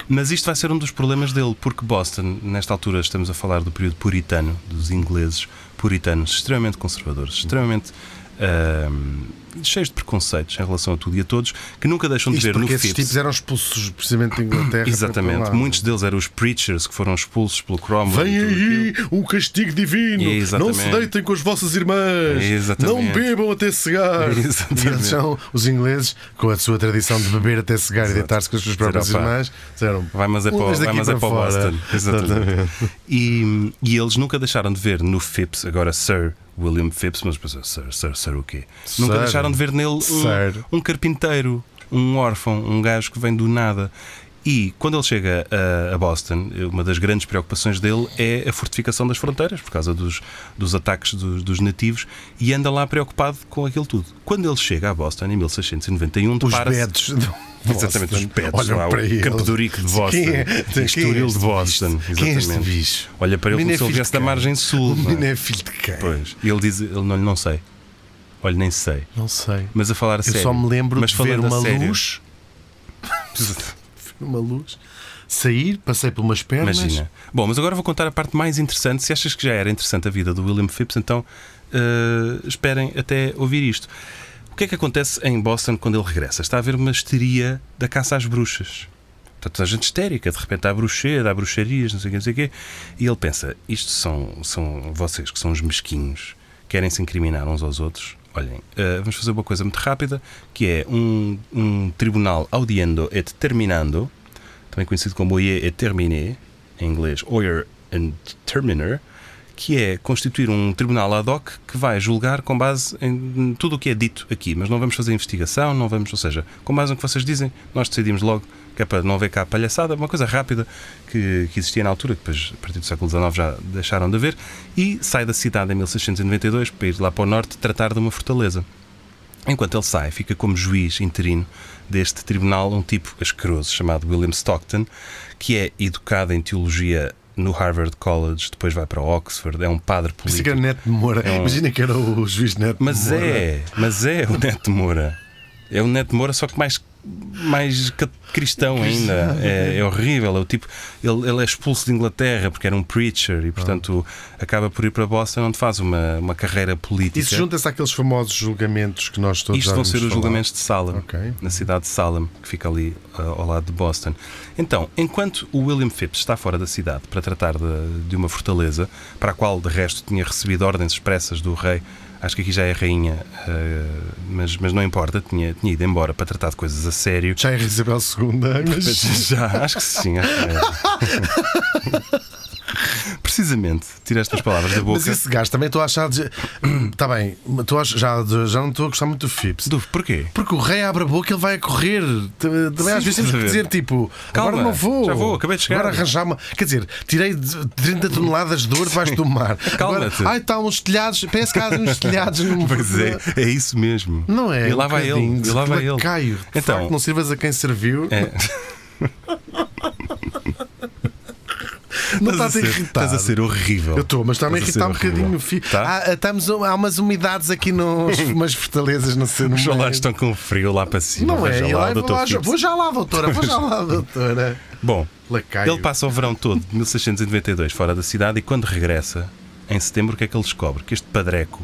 [SPEAKER 1] Mas isto vai ser um dos problemas dele, porque Boston, nesta altura, estamos a falar do período puritano, dos ingleses puritanos, extremamente conservadores, extremamente ahm, cheios de preconceitos em relação a tudo e a todos, que nunca deixam de
[SPEAKER 2] Isto
[SPEAKER 1] ver no
[SPEAKER 2] porque esses
[SPEAKER 1] Phipps.
[SPEAKER 2] tipos eram expulsos precisamente da Inglaterra. para
[SPEAKER 1] Exatamente,
[SPEAKER 2] lá.
[SPEAKER 1] muitos deles eram os preachers que foram expulsos pelo Cromwell.
[SPEAKER 2] Vem
[SPEAKER 1] e tudo aquilo.
[SPEAKER 2] aí um castigo divino.
[SPEAKER 1] É, exatamente.
[SPEAKER 2] Não se deitem com as vossas irmãs.
[SPEAKER 1] Exatamente.
[SPEAKER 2] Não bebam até cegar.
[SPEAKER 1] É, exatamente.
[SPEAKER 2] E eles são os ingleses, com a sua tradição de beber até cegar e deitar-se com as suas próprias
[SPEAKER 1] Será, pá.
[SPEAKER 2] irmãs, disseram.
[SPEAKER 1] Vai, mas é para, o-
[SPEAKER 2] "Umas
[SPEAKER 1] vai,
[SPEAKER 2] daqui
[SPEAKER 1] mas é para o
[SPEAKER 2] fora."
[SPEAKER 1] Boston. Exatamente. E, e eles nunca deixaram de ver no Phipps, agora Sir William Phipps, mas depois, é Sir, Sir, Sir o quê? Nunca
[SPEAKER 2] Sir.
[SPEAKER 1] deixaram de ver nele
[SPEAKER 2] Sir.
[SPEAKER 1] um, um carpinteiro, um órfão, um gajo que vem do nada. E quando ele chega a, a Boston, uma das grandes preocupações dele é a fortificação das fronteiras, por causa dos, dos ataques dos, dos nativos, e anda lá preocupado com aquilo tudo. Quando ele chega a Boston, em 1691,
[SPEAKER 2] Os
[SPEAKER 1] depara-se-
[SPEAKER 2] bedos. do
[SPEAKER 1] Exatamente, os
[SPEAKER 2] Boston
[SPEAKER 1] pets
[SPEAKER 2] Olham
[SPEAKER 1] lá, o
[SPEAKER 2] para ele.
[SPEAKER 1] Campedurico de Boston,
[SPEAKER 2] Quem é,
[SPEAKER 1] o Estoril de
[SPEAKER 2] este
[SPEAKER 1] Boston.
[SPEAKER 2] bicho? Quem é este
[SPEAKER 1] exatamente.
[SPEAKER 2] bicho?
[SPEAKER 1] Olha para ele
[SPEAKER 2] Menino
[SPEAKER 1] como
[SPEAKER 2] é
[SPEAKER 1] se ele
[SPEAKER 2] filho
[SPEAKER 1] viesse
[SPEAKER 2] de
[SPEAKER 1] da
[SPEAKER 2] quem?
[SPEAKER 1] margem sul.
[SPEAKER 2] O
[SPEAKER 1] não é?
[SPEAKER 2] menino é filho de quem?
[SPEAKER 1] Pois. E ele diz: ele não, não sei. Olha, nem sei.
[SPEAKER 2] Não sei.
[SPEAKER 1] Mas a falar a
[SPEAKER 2] Eu
[SPEAKER 1] sério.
[SPEAKER 2] só me lembro
[SPEAKER 1] mas
[SPEAKER 2] de ver
[SPEAKER 1] falando a
[SPEAKER 2] uma
[SPEAKER 1] sério,
[SPEAKER 2] luz, uma luz, sair, passei por umas pernas.
[SPEAKER 1] Imagina. Bom, mas agora vou contar a parte mais interessante. Se achas que já era interessante a vida do William Phipps, então eh, esperem até ouvir isto. O que é que acontece em Boston quando ele regressa? Está a haver uma histeria da caça às bruxas. Está toda a gente histérica, de repente há bruxeira, há bruxarias, não sei o quê, não sei o quê. E ele pensa: isto são, são vocês que são os mesquinhos, querem se incriminar uns aos outros. Olhem, eh, vamos fazer uma coisa muito rápida, que é um, um tribunal audiendo et terminando, também conhecido como Oyer et Terminé, em inglês Oyer and Terminer, que é constituir um tribunal ad hoc que vai julgar com base em tudo o que é dito aqui, mas não vamos fazer investigação, não vamos, ou seja, com base no que vocês dizem, nós decidimos logo, que é para não haver cá palhaçada, uma coisa rápida que, que existia na altura, que depois, a partir do século XIX já deixaram de haver, e sai da cidade em 1692 para ir lá para o norte tratar de uma fortaleza. Enquanto ele sai, fica como juiz interino deste tribunal um tipo asqueroso chamado William Stockton, que é educado em teologia no Harvard College, depois vai para Oxford, é um padre
[SPEAKER 2] Pensei
[SPEAKER 1] político.
[SPEAKER 2] que era Neto de Moura.
[SPEAKER 1] É um-
[SPEAKER 2] Imagina que era o juiz Neto de
[SPEAKER 1] Mas
[SPEAKER 2] Moura.
[SPEAKER 1] é, mas é o Neto de Moura. É o Neto de Moura, só que mais, mais ca- cristão ainda. É, é horrível. É o tipo, ele, ele é expulso de Inglaterra porque era um preacher e, portanto, acaba por ir para Boston, onde faz uma, uma carreira política.
[SPEAKER 2] Isso junta-se àqueles famosos julgamentos que nós todos
[SPEAKER 1] é- Isto
[SPEAKER 2] já
[SPEAKER 1] vão
[SPEAKER 2] ouvimos
[SPEAKER 1] ser os
[SPEAKER 2] falar.
[SPEAKER 1] julgamentos de Salem,
[SPEAKER 2] Ok.
[SPEAKER 1] na cidade de Salem, que fica ali ah, ao lado de Boston. Então, enquanto o William Phipps está fora da cidade para tratar de, de uma fortaleza, para a qual de resto tinha recebido ordens expressas do rei, acho que aqui já é rainha, ah, mas, mas não importa, tinha, tinha ido embora para tratar de coisas a sério.
[SPEAKER 2] Já era Isabel II, mas
[SPEAKER 1] Mas já, acho que sim. acho que é. precisamente tiraste as palavras da boca.
[SPEAKER 2] Mas esse gajo também estou a achar. Está bem, estou a- já, já não estou a gostar muito do Fips.
[SPEAKER 1] Du, porquê?
[SPEAKER 2] Porque o rei abre a boca, ele vai a correr. T- Também às
[SPEAKER 1] Sim,
[SPEAKER 2] vezes temos
[SPEAKER 1] estás
[SPEAKER 2] que
[SPEAKER 1] a ver.
[SPEAKER 2] dizer tipo,
[SPEAKER 1] Calma,
[SPEAKER 2] agora não vou.
[SPEAKER 1] já vou, acabei de chegar.
[SPEAKER 2] Agora arranjar uma. Quer dizer, tirei de- 30 toneladas de ouro debaixo do mar. Agora,
[SPEAKER 1] Calma-te.
[SPEAKER 2] ai, está uns telhados, parece que há uns telhados no
[SPEAKER 1] Pois é, é isso mesmo.
[SPEAKER 2] Não é?
[SPEAKER 1] E lá
[SPEAKER 2] um
[SPEAKER 1] vai
[SPEAKER 2] bocadinho
[SPEAKER 1] ele.
[SPEAKER 2] de
[SPEAKER 1] E lá vai ele.
[SPEAKER 2] lacaio. De
[SPEAKER 1] Então.
[SPEAKER 2] facto, não sirvas a quem serviu.
[SPEAKER 1] É.
[SPEAKER 2] Não
[SPEAKER 1] Estás a
[SPEAKER 2] estás a
[SPEAKER 1] ser-
[SPEAKER 2] irritar.
[SPEAKER 1] Estás a ser horrível.
[SPEAKER 2] Eu estou, mas está-me a
[SPEAKER 1] Estás a ser
[SPEAKER 2] irritar um
[SPEAKER 1] horrível.
[SPEAKER 2] bocadinho. fi- Ah,
[SPEAKER 1] Tá?
[SPEAKER 2] Há, estamos, um- há umas umidades aqui, nos, umas fortalezas, não sei. no
[SPEAKER 1] Os
[SPEAKER 2] meio.
[SPEAKER 1] chalares estão com frio lá para cima.
[SPEAKER 2] Não é?
[SPEAKER 1] veja
[SPEAKER 2] E
[SPEAKER 1] lá,
[SPEAKER 2] lá, vou,
[SPEAKER 1] doutor
[SPEAKER 2] lá,
[SPEAKER 1] Phipps.
[SPEAKER 2] vou já lá, doutora, vou já lá, doutora.
[SPEAKER 1] Bom,
[SPEAKER 2] Lacaio.
[SPEAKER 1] ele passa o verão todo de 1692 fora da cidade e quando regressa, em setembro, o que é que ele descobre? Que este padreco,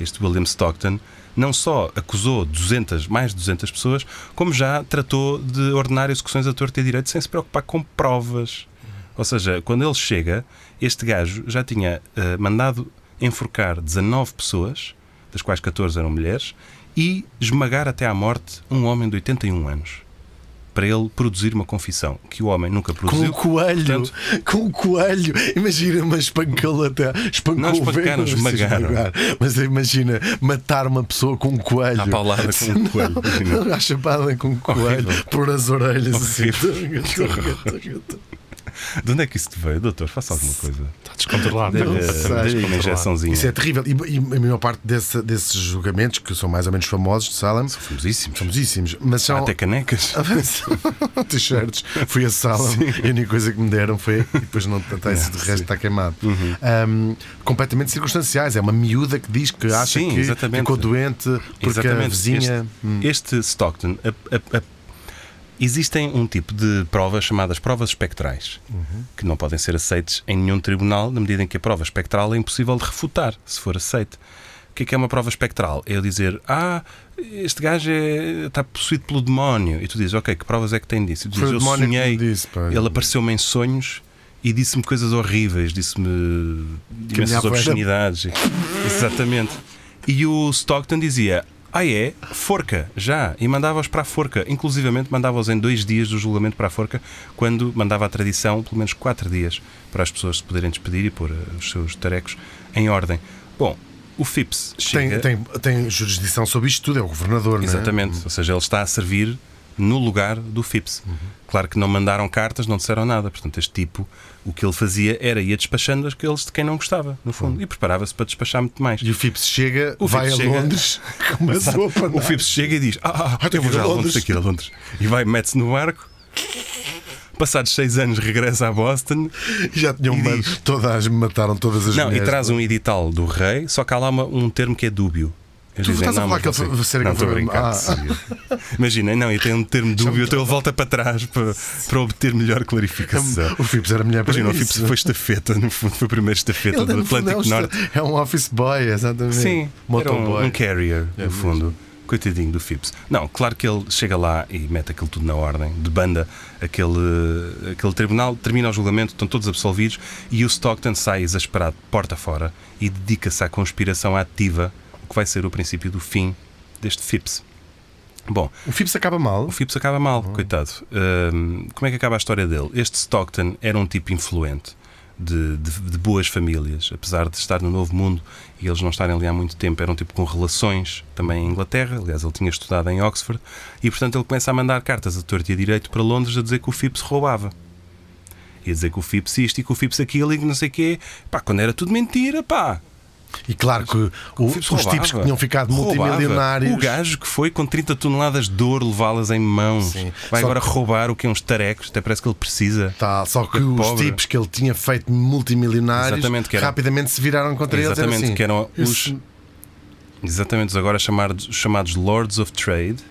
[SPEAKER 1] este William Stockton, não só acusou 200, mais de 200 pessoas, como já tratou de ordenar execuções a torto e a direito sem se preocupar com provas. Ou seja, quando ele chega, este gajo já tinha eh, mandado enforcar 19 pessoas, das quais 14 eram mulheres, e esmagar até à morte um homem de 81 anos. Para ele produzir uma confissão que o homem nunca
[SPEAKER 2] Com
[SPEAKER 1] produziu.
[SPEAKER 2] um coelho,
[SPEAKER 1] Portanto,
[SPEAKER 2] com um coelho. Imagina, mas espancou-lo até. Espancou
[SPEAKER 1] Não espancaram,
[SPEAKER 2] o verbo,
[SPEAKER 1] esmagaram.
[SPEAKER 2] esmagar. Mas imagina, matar uma pessoa com um coelho.
[SPEAKER 1] À paulada com um coelho, imagina.
[SPEAKER 2] À chapada com um coelho.
[SPEAKER 1] Horrível.
[SPEAKER 2] Por as orelhas.
[SPEAKER 1] Horrível.
[SPEAKER 2] Assim.
[SPEAKER 1] de onde é que isso te veio, doutor? Faça alguma coisa.
[SPEAKER 3] Está descontrolado.
[SPEAKER 2] Não
[SPEAKER 1] Dê-lhe
[SPEAKER 2] sei.
[SPEAKER 1] dê-lhe uma injeçãozinha.
[SPEAKER 2] Isso é terrível. E, e a maior parte desse- desses julgamentos, que são mais ou menos famosos de Salem, são
[SPEAKER 1] famosíssimos.
[SPEAKER 2] famosíssimos. Mas são.
[SPEAKER 1] Há Até canecas.
[SPEAKER 2] T-shirts, fui a sala e a única coisa que me deram foi e depois não tá, tá, esse de resto está queimado.
[SPEAKER 1] Uhum.
[SPEAKER 2] Um, completamente circunstanciais. É uma miúda que diz que acha
[SPEAKER 1] Sim,
[SPEAKER 2] que
[SPEAKER 1] exatamente.
[SPEAKER 2] ficou doente porque a vizinha. Hum.
[SPEAKER 1] Este- Este, Stockton. a- a- a- existem um tipo de provas chamadas provas espectrais,
[SPEAKER 2] Uhum.
[SPEAKER 1] que não podem ser aceites em nenhum tribunal, na medida em que a prova espectral é impossível de refutar, se for aceite. O que é que é uma prova espectral? É eu dizer, ah, este gajo é- está possuído pelo demónio. E tu dizes, ok, que provas é que tem disso? E tu
[SPEAKER 2] Foi
[SPEAKER 1] dizes,
[SPEAKER 2] o
[SPEAKER 1] eu
[SPEAKER 2] demónio que me
[SPEAKER 1] sonhei,
[SPEAKER 2] disse, pá.
[SPEAKER 1] ele apareceu-me em sonhos e disse-me coisas horríveis, disse-me
[SPEAKER 2] Que a minha
[SPEAKER 1] imensas
[SPEAKER 2] avó era-
[SPEAKER 1] obscenidades. Exatamente. E o Stockton dizia: Ah, é? Forca, já. E mandava-os para a forca. Inclusivamente mandava-os em dois dias do julgamento para a forca, quando mandava a tradição, pelo menos quatro dias, para as pessoas se poderem despedir e pôr eh, os seus tarecos em ordem. Bom, o Phipps chega.
[SPEAKER 2] Tem, tem, tem jurisdição sobre isto tudo, é o governador, não é?
[SPEAKER 1] Exatamente. Ou seja, ele está a servir no lugar do Phipps.
[SPEAKER 2] Uhum.
[SPEAKER 1] Claro que não mandaram cartas, não disseram nada. Portanto, este tipo, o que ele fazia era ia despachando aqueles de quem não gostava, no
[SPEAKER 2] Uhum.
[SPEAKER 1] fundo. E preparava-se para despachar muito mais.
[SPEAKER 2] E o Phipps chega,
[SPEAKER 1] O
[SPEAKER 2] vai
[SPEAKER 1] Phipps
[SPEAKER 2] a
[SPEAKER 1] chega-
[SPEAKER 2] Londres, começou a
[SPEAKER 1] O
[SPEAKER 2] panar.
[SPEAKER 1] Phipps chega e diz: Ah, ah,
[SPEAKER 2] Ah,
[SPEAKER 1] eu vou já a Londres,
[SPEAKER 2] Londres.
[SPEAKER 1] aqui a Londres. E vai, mete-se no barco. Passados seis anos, regressa a Boston.
[SPEAKER 2] Já um tinham
[SPEAKER 1] E
[SPEAKER 2] uma,
[SPEAKER 1] diz-
[SPEAKER 2] todas, mataram todas as
[SPEAKER 1] Não, e
[SPEAKER 2] mulheres.
[SPEAKER 1] traz um edital do rei, só que há lá uma- um termo que é dúbio. Eles
[SPEAKER 2] Tu
[SPEAKER 1] dizem,
[SPEAKER 2] estás a
[SPEAKER 1] "Não,
[SPEAKER 2] falar
[SPEAKER 1] mas
[SPEAKER 2] que ele
[SPEAKER 1] você-
[SPEAKER 2] foi- você era
[SPEAKER 1] não,
[SPEAKER 2] que
[SPEAKER 1] estou a
[SPEAKER 2] foi-
[SPEAKER 1] brincar.
[SPEAKER 2] Ah. é
[SPEAKER 1] sim. Imagina, não, e tem um termo dúbio, então ele volta para trás para, para obter melhor clarificação.
[SPEAKER 2] O Phipps era mulher para
[SPEAKER 1] Imagina, o
[SPEAKER 2] É isso.
[SPEAKER 1] Phipps foi estafeta, no fundo, foi a primeira estafeta
[SPEAKER 2] Ele,
[SPEAKER 1] do
[SPEAKER 2] no fundo, é um
[SPEAKER 1] Atlântico
[SPEAKER 2] esta-
[SPEAKER 1] Norte.
[SPEAKER 2] É um office boy, exatamente.
[SPEAKER 1] Sim, era um,
[SPEAKER 2] Motoboy.
[SPEAKER 1] um carrier, no fundo. Coitadinho do Phipps. Não, claro que ele chega lá e mete aquilo tudo na ordem, de banda, aquele, aquele tribunal, termina o julgamento, estão todos absolvidos e o Stockton sai exasperado, porta fora, e dedica-se à conspiração ativa, o que vai ser o princípio do fim deste Phipps. Bom,
[SPEAKER 2] O Phipps acaba mal.
[SPEAKER 1] o Phipps acaba mal, coitado. Hum, como é que acaba a história dele? Este Stockton era um tipo influente, de, de- de boas famílias, apesar de estar no Novo Mundo e eles não estarem ali há muito tempo. Era um tipo com relações também em Inglaterra, aliás, ele tinha estudado em Oxford, e portanto ele começa a mandar cartas a torto e a direito para Londres a dizer que o Phipps roubava. E a dizer que o Phipps isto e que o Phipps aquilo e que não sei o quê. Pá, quando era tudo mentira, pá.
[SPEAKER 2] E claro que o-
[SPEAKER 1] Phipps
[SPEAKER 2] os
[SPEAKER 1] roubava.
[SPEAKER 2] tipos que tinham ficado
[SPEAKER 1] Roubava.
[SPEAKER 2] multimilionários.
[SPEAKER 1] O gajo que foi com 30 toneladas de ouro levá-las em mãos.
[SPEAKER 2] Sim.
[SPEAKER 1] Vai
[SPEAKER 2] Só
[SPEAKER 1] agora
[SPEAKER 2] que-
[SPEAKER 1] roubar o que é uns tarecos, até parece que ele precisa.
[SPEAKER 2] Tá, só que
[SPEAKER 1] É
[SPEAKER 2] os
[SPEAKER 1] pobre.
[SPEAKER 2] tipos que ele tinha feito multimilionários
[SPEAKER 1] Exatamente, que era-
[SPEAKER 2] rapidamente se viraram contra eles. era
[SPEAKER 1] Exatamente,
[SPEAKER 2] assim,
[SPEAKER 1] que eram os
[SPEAKER 2] "Esse-
[SPEAKER 1] exatamente os agora chamados, chamados Lords of Trade,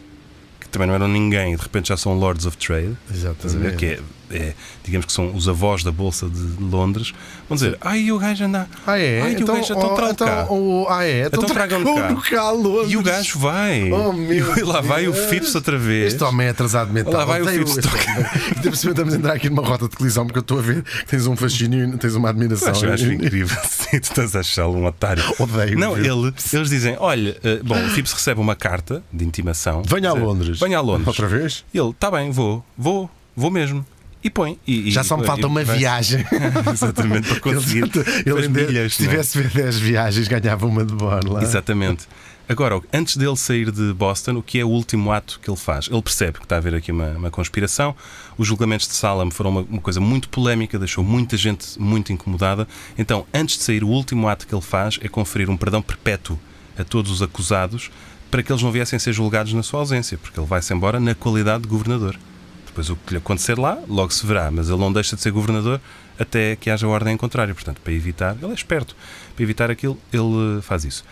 [SPEAKER 1] que também não eram ninguém, de repente já são Lords of Trade. Estás a ver? Que
[SPEAKER 2] Exatamente.
[SPEAKER 1] é, é, digamos que são os avós da Bolsa de Londres. Vão dizer, ai, o gajo anda.
[SPEAKER 2] Ah, é?
[SPEAKER 1] Ai, o
[SPEAKER 2] então,
[SPEAKER 1] gajo então,
[SPEAKER 2] oh,
[SPEAKER 1] traga cá."
[SPEAKER 2] então, oh, ah, é? Então,
[SPEAKER 1] Então tragam-no cá.
[SPEAKER 2] tragam-no cá, Londres.
[SPEAKER 1] E o gajo vai.
[SPEAKER 2] Oh, meu
[SPEAKER 1] e lá vai o
[SPEAKER 2] Deus.
[SPEAKER 1] Phipps outra vez.
[SPEAKER 2] Este homem é atrasado mental.
[SPEAKER 1] Lá vai o
[SPEAKER 2] Odeio
[SPEAKER 1] Phipps
[SPEAKER 2] este
[SPEAKER 1] Stock.
[SPEAKER 2] homem. Ainda por cima estamos a entrar aqui numa rota de colisão porque eu estou a ver que tens um fascínio e tens uma admiração.
[SPEAKER 1] Acho, acho incrível. Sim, tu estás a achá-lo um otário.
[SPEAKER 2] Odeio,
[SPEAKER 1] Não,
[SPEAKER 2] viu?
[SPEAKER 1] ele, eles dizem: olha, eh, bom, o Phipps recebe uma carta de intimação.
[SPEAKER 2] Venha a
[SPEAKER 1] Dizer,
[SPEAKER 2] Londres.
[SPEAKER 1] Venha a Londres. "Tá
[SPEAKER 2] Outra vez?
[SPEAKER 1] Ele, está bem, vou, vou, vou mesmo. E põe. E, e-
[SPEAKER 2] Já só me
[SPEAKER 1] e-
[SPEAKER 2] falta
[SPEAKER 1] e-
[SPEAKER 2] uma
[SPEAKER 1] vai-
[SPEAKER 2] viagem.
[SPEAKER 1] Exatamente, para conseguir.
[SPEAKER 2] Ele
[SPEAKER 1] as
[SPEAKER 2] ainda,
[SPEAKER 1] milhas,
[SPEAKER 2] se
[SPEAKER 1] não é?
[SPEAKER 2] tivesse 10 viagens, ganhava uma de borla.
[SPEAKER 1] Exatamente. Agora, antes dele sair de Boston, o que é o último ato que ele faz? Ele percebe que está a haver aqui uma, uma conspiração. Os julgamentos de Salem foram uma, uma coisa muito polémica, deixou muita gente muito incomodada. Então, antes de sair, o último ato que ele faz é conferir um perdão perpétuo a todos os acusados para que eles não viessem a ser julgados na sua ausência, porque ele vai-se embora na qualidade de governador. Depois, o que lhe acontecer lá, logo se verá, mas ele não deixa de ser governador até que haja ordem em contrário. Portanto, para evitar, ele é esperto, para evitar aquilo, ele eh, faz isso.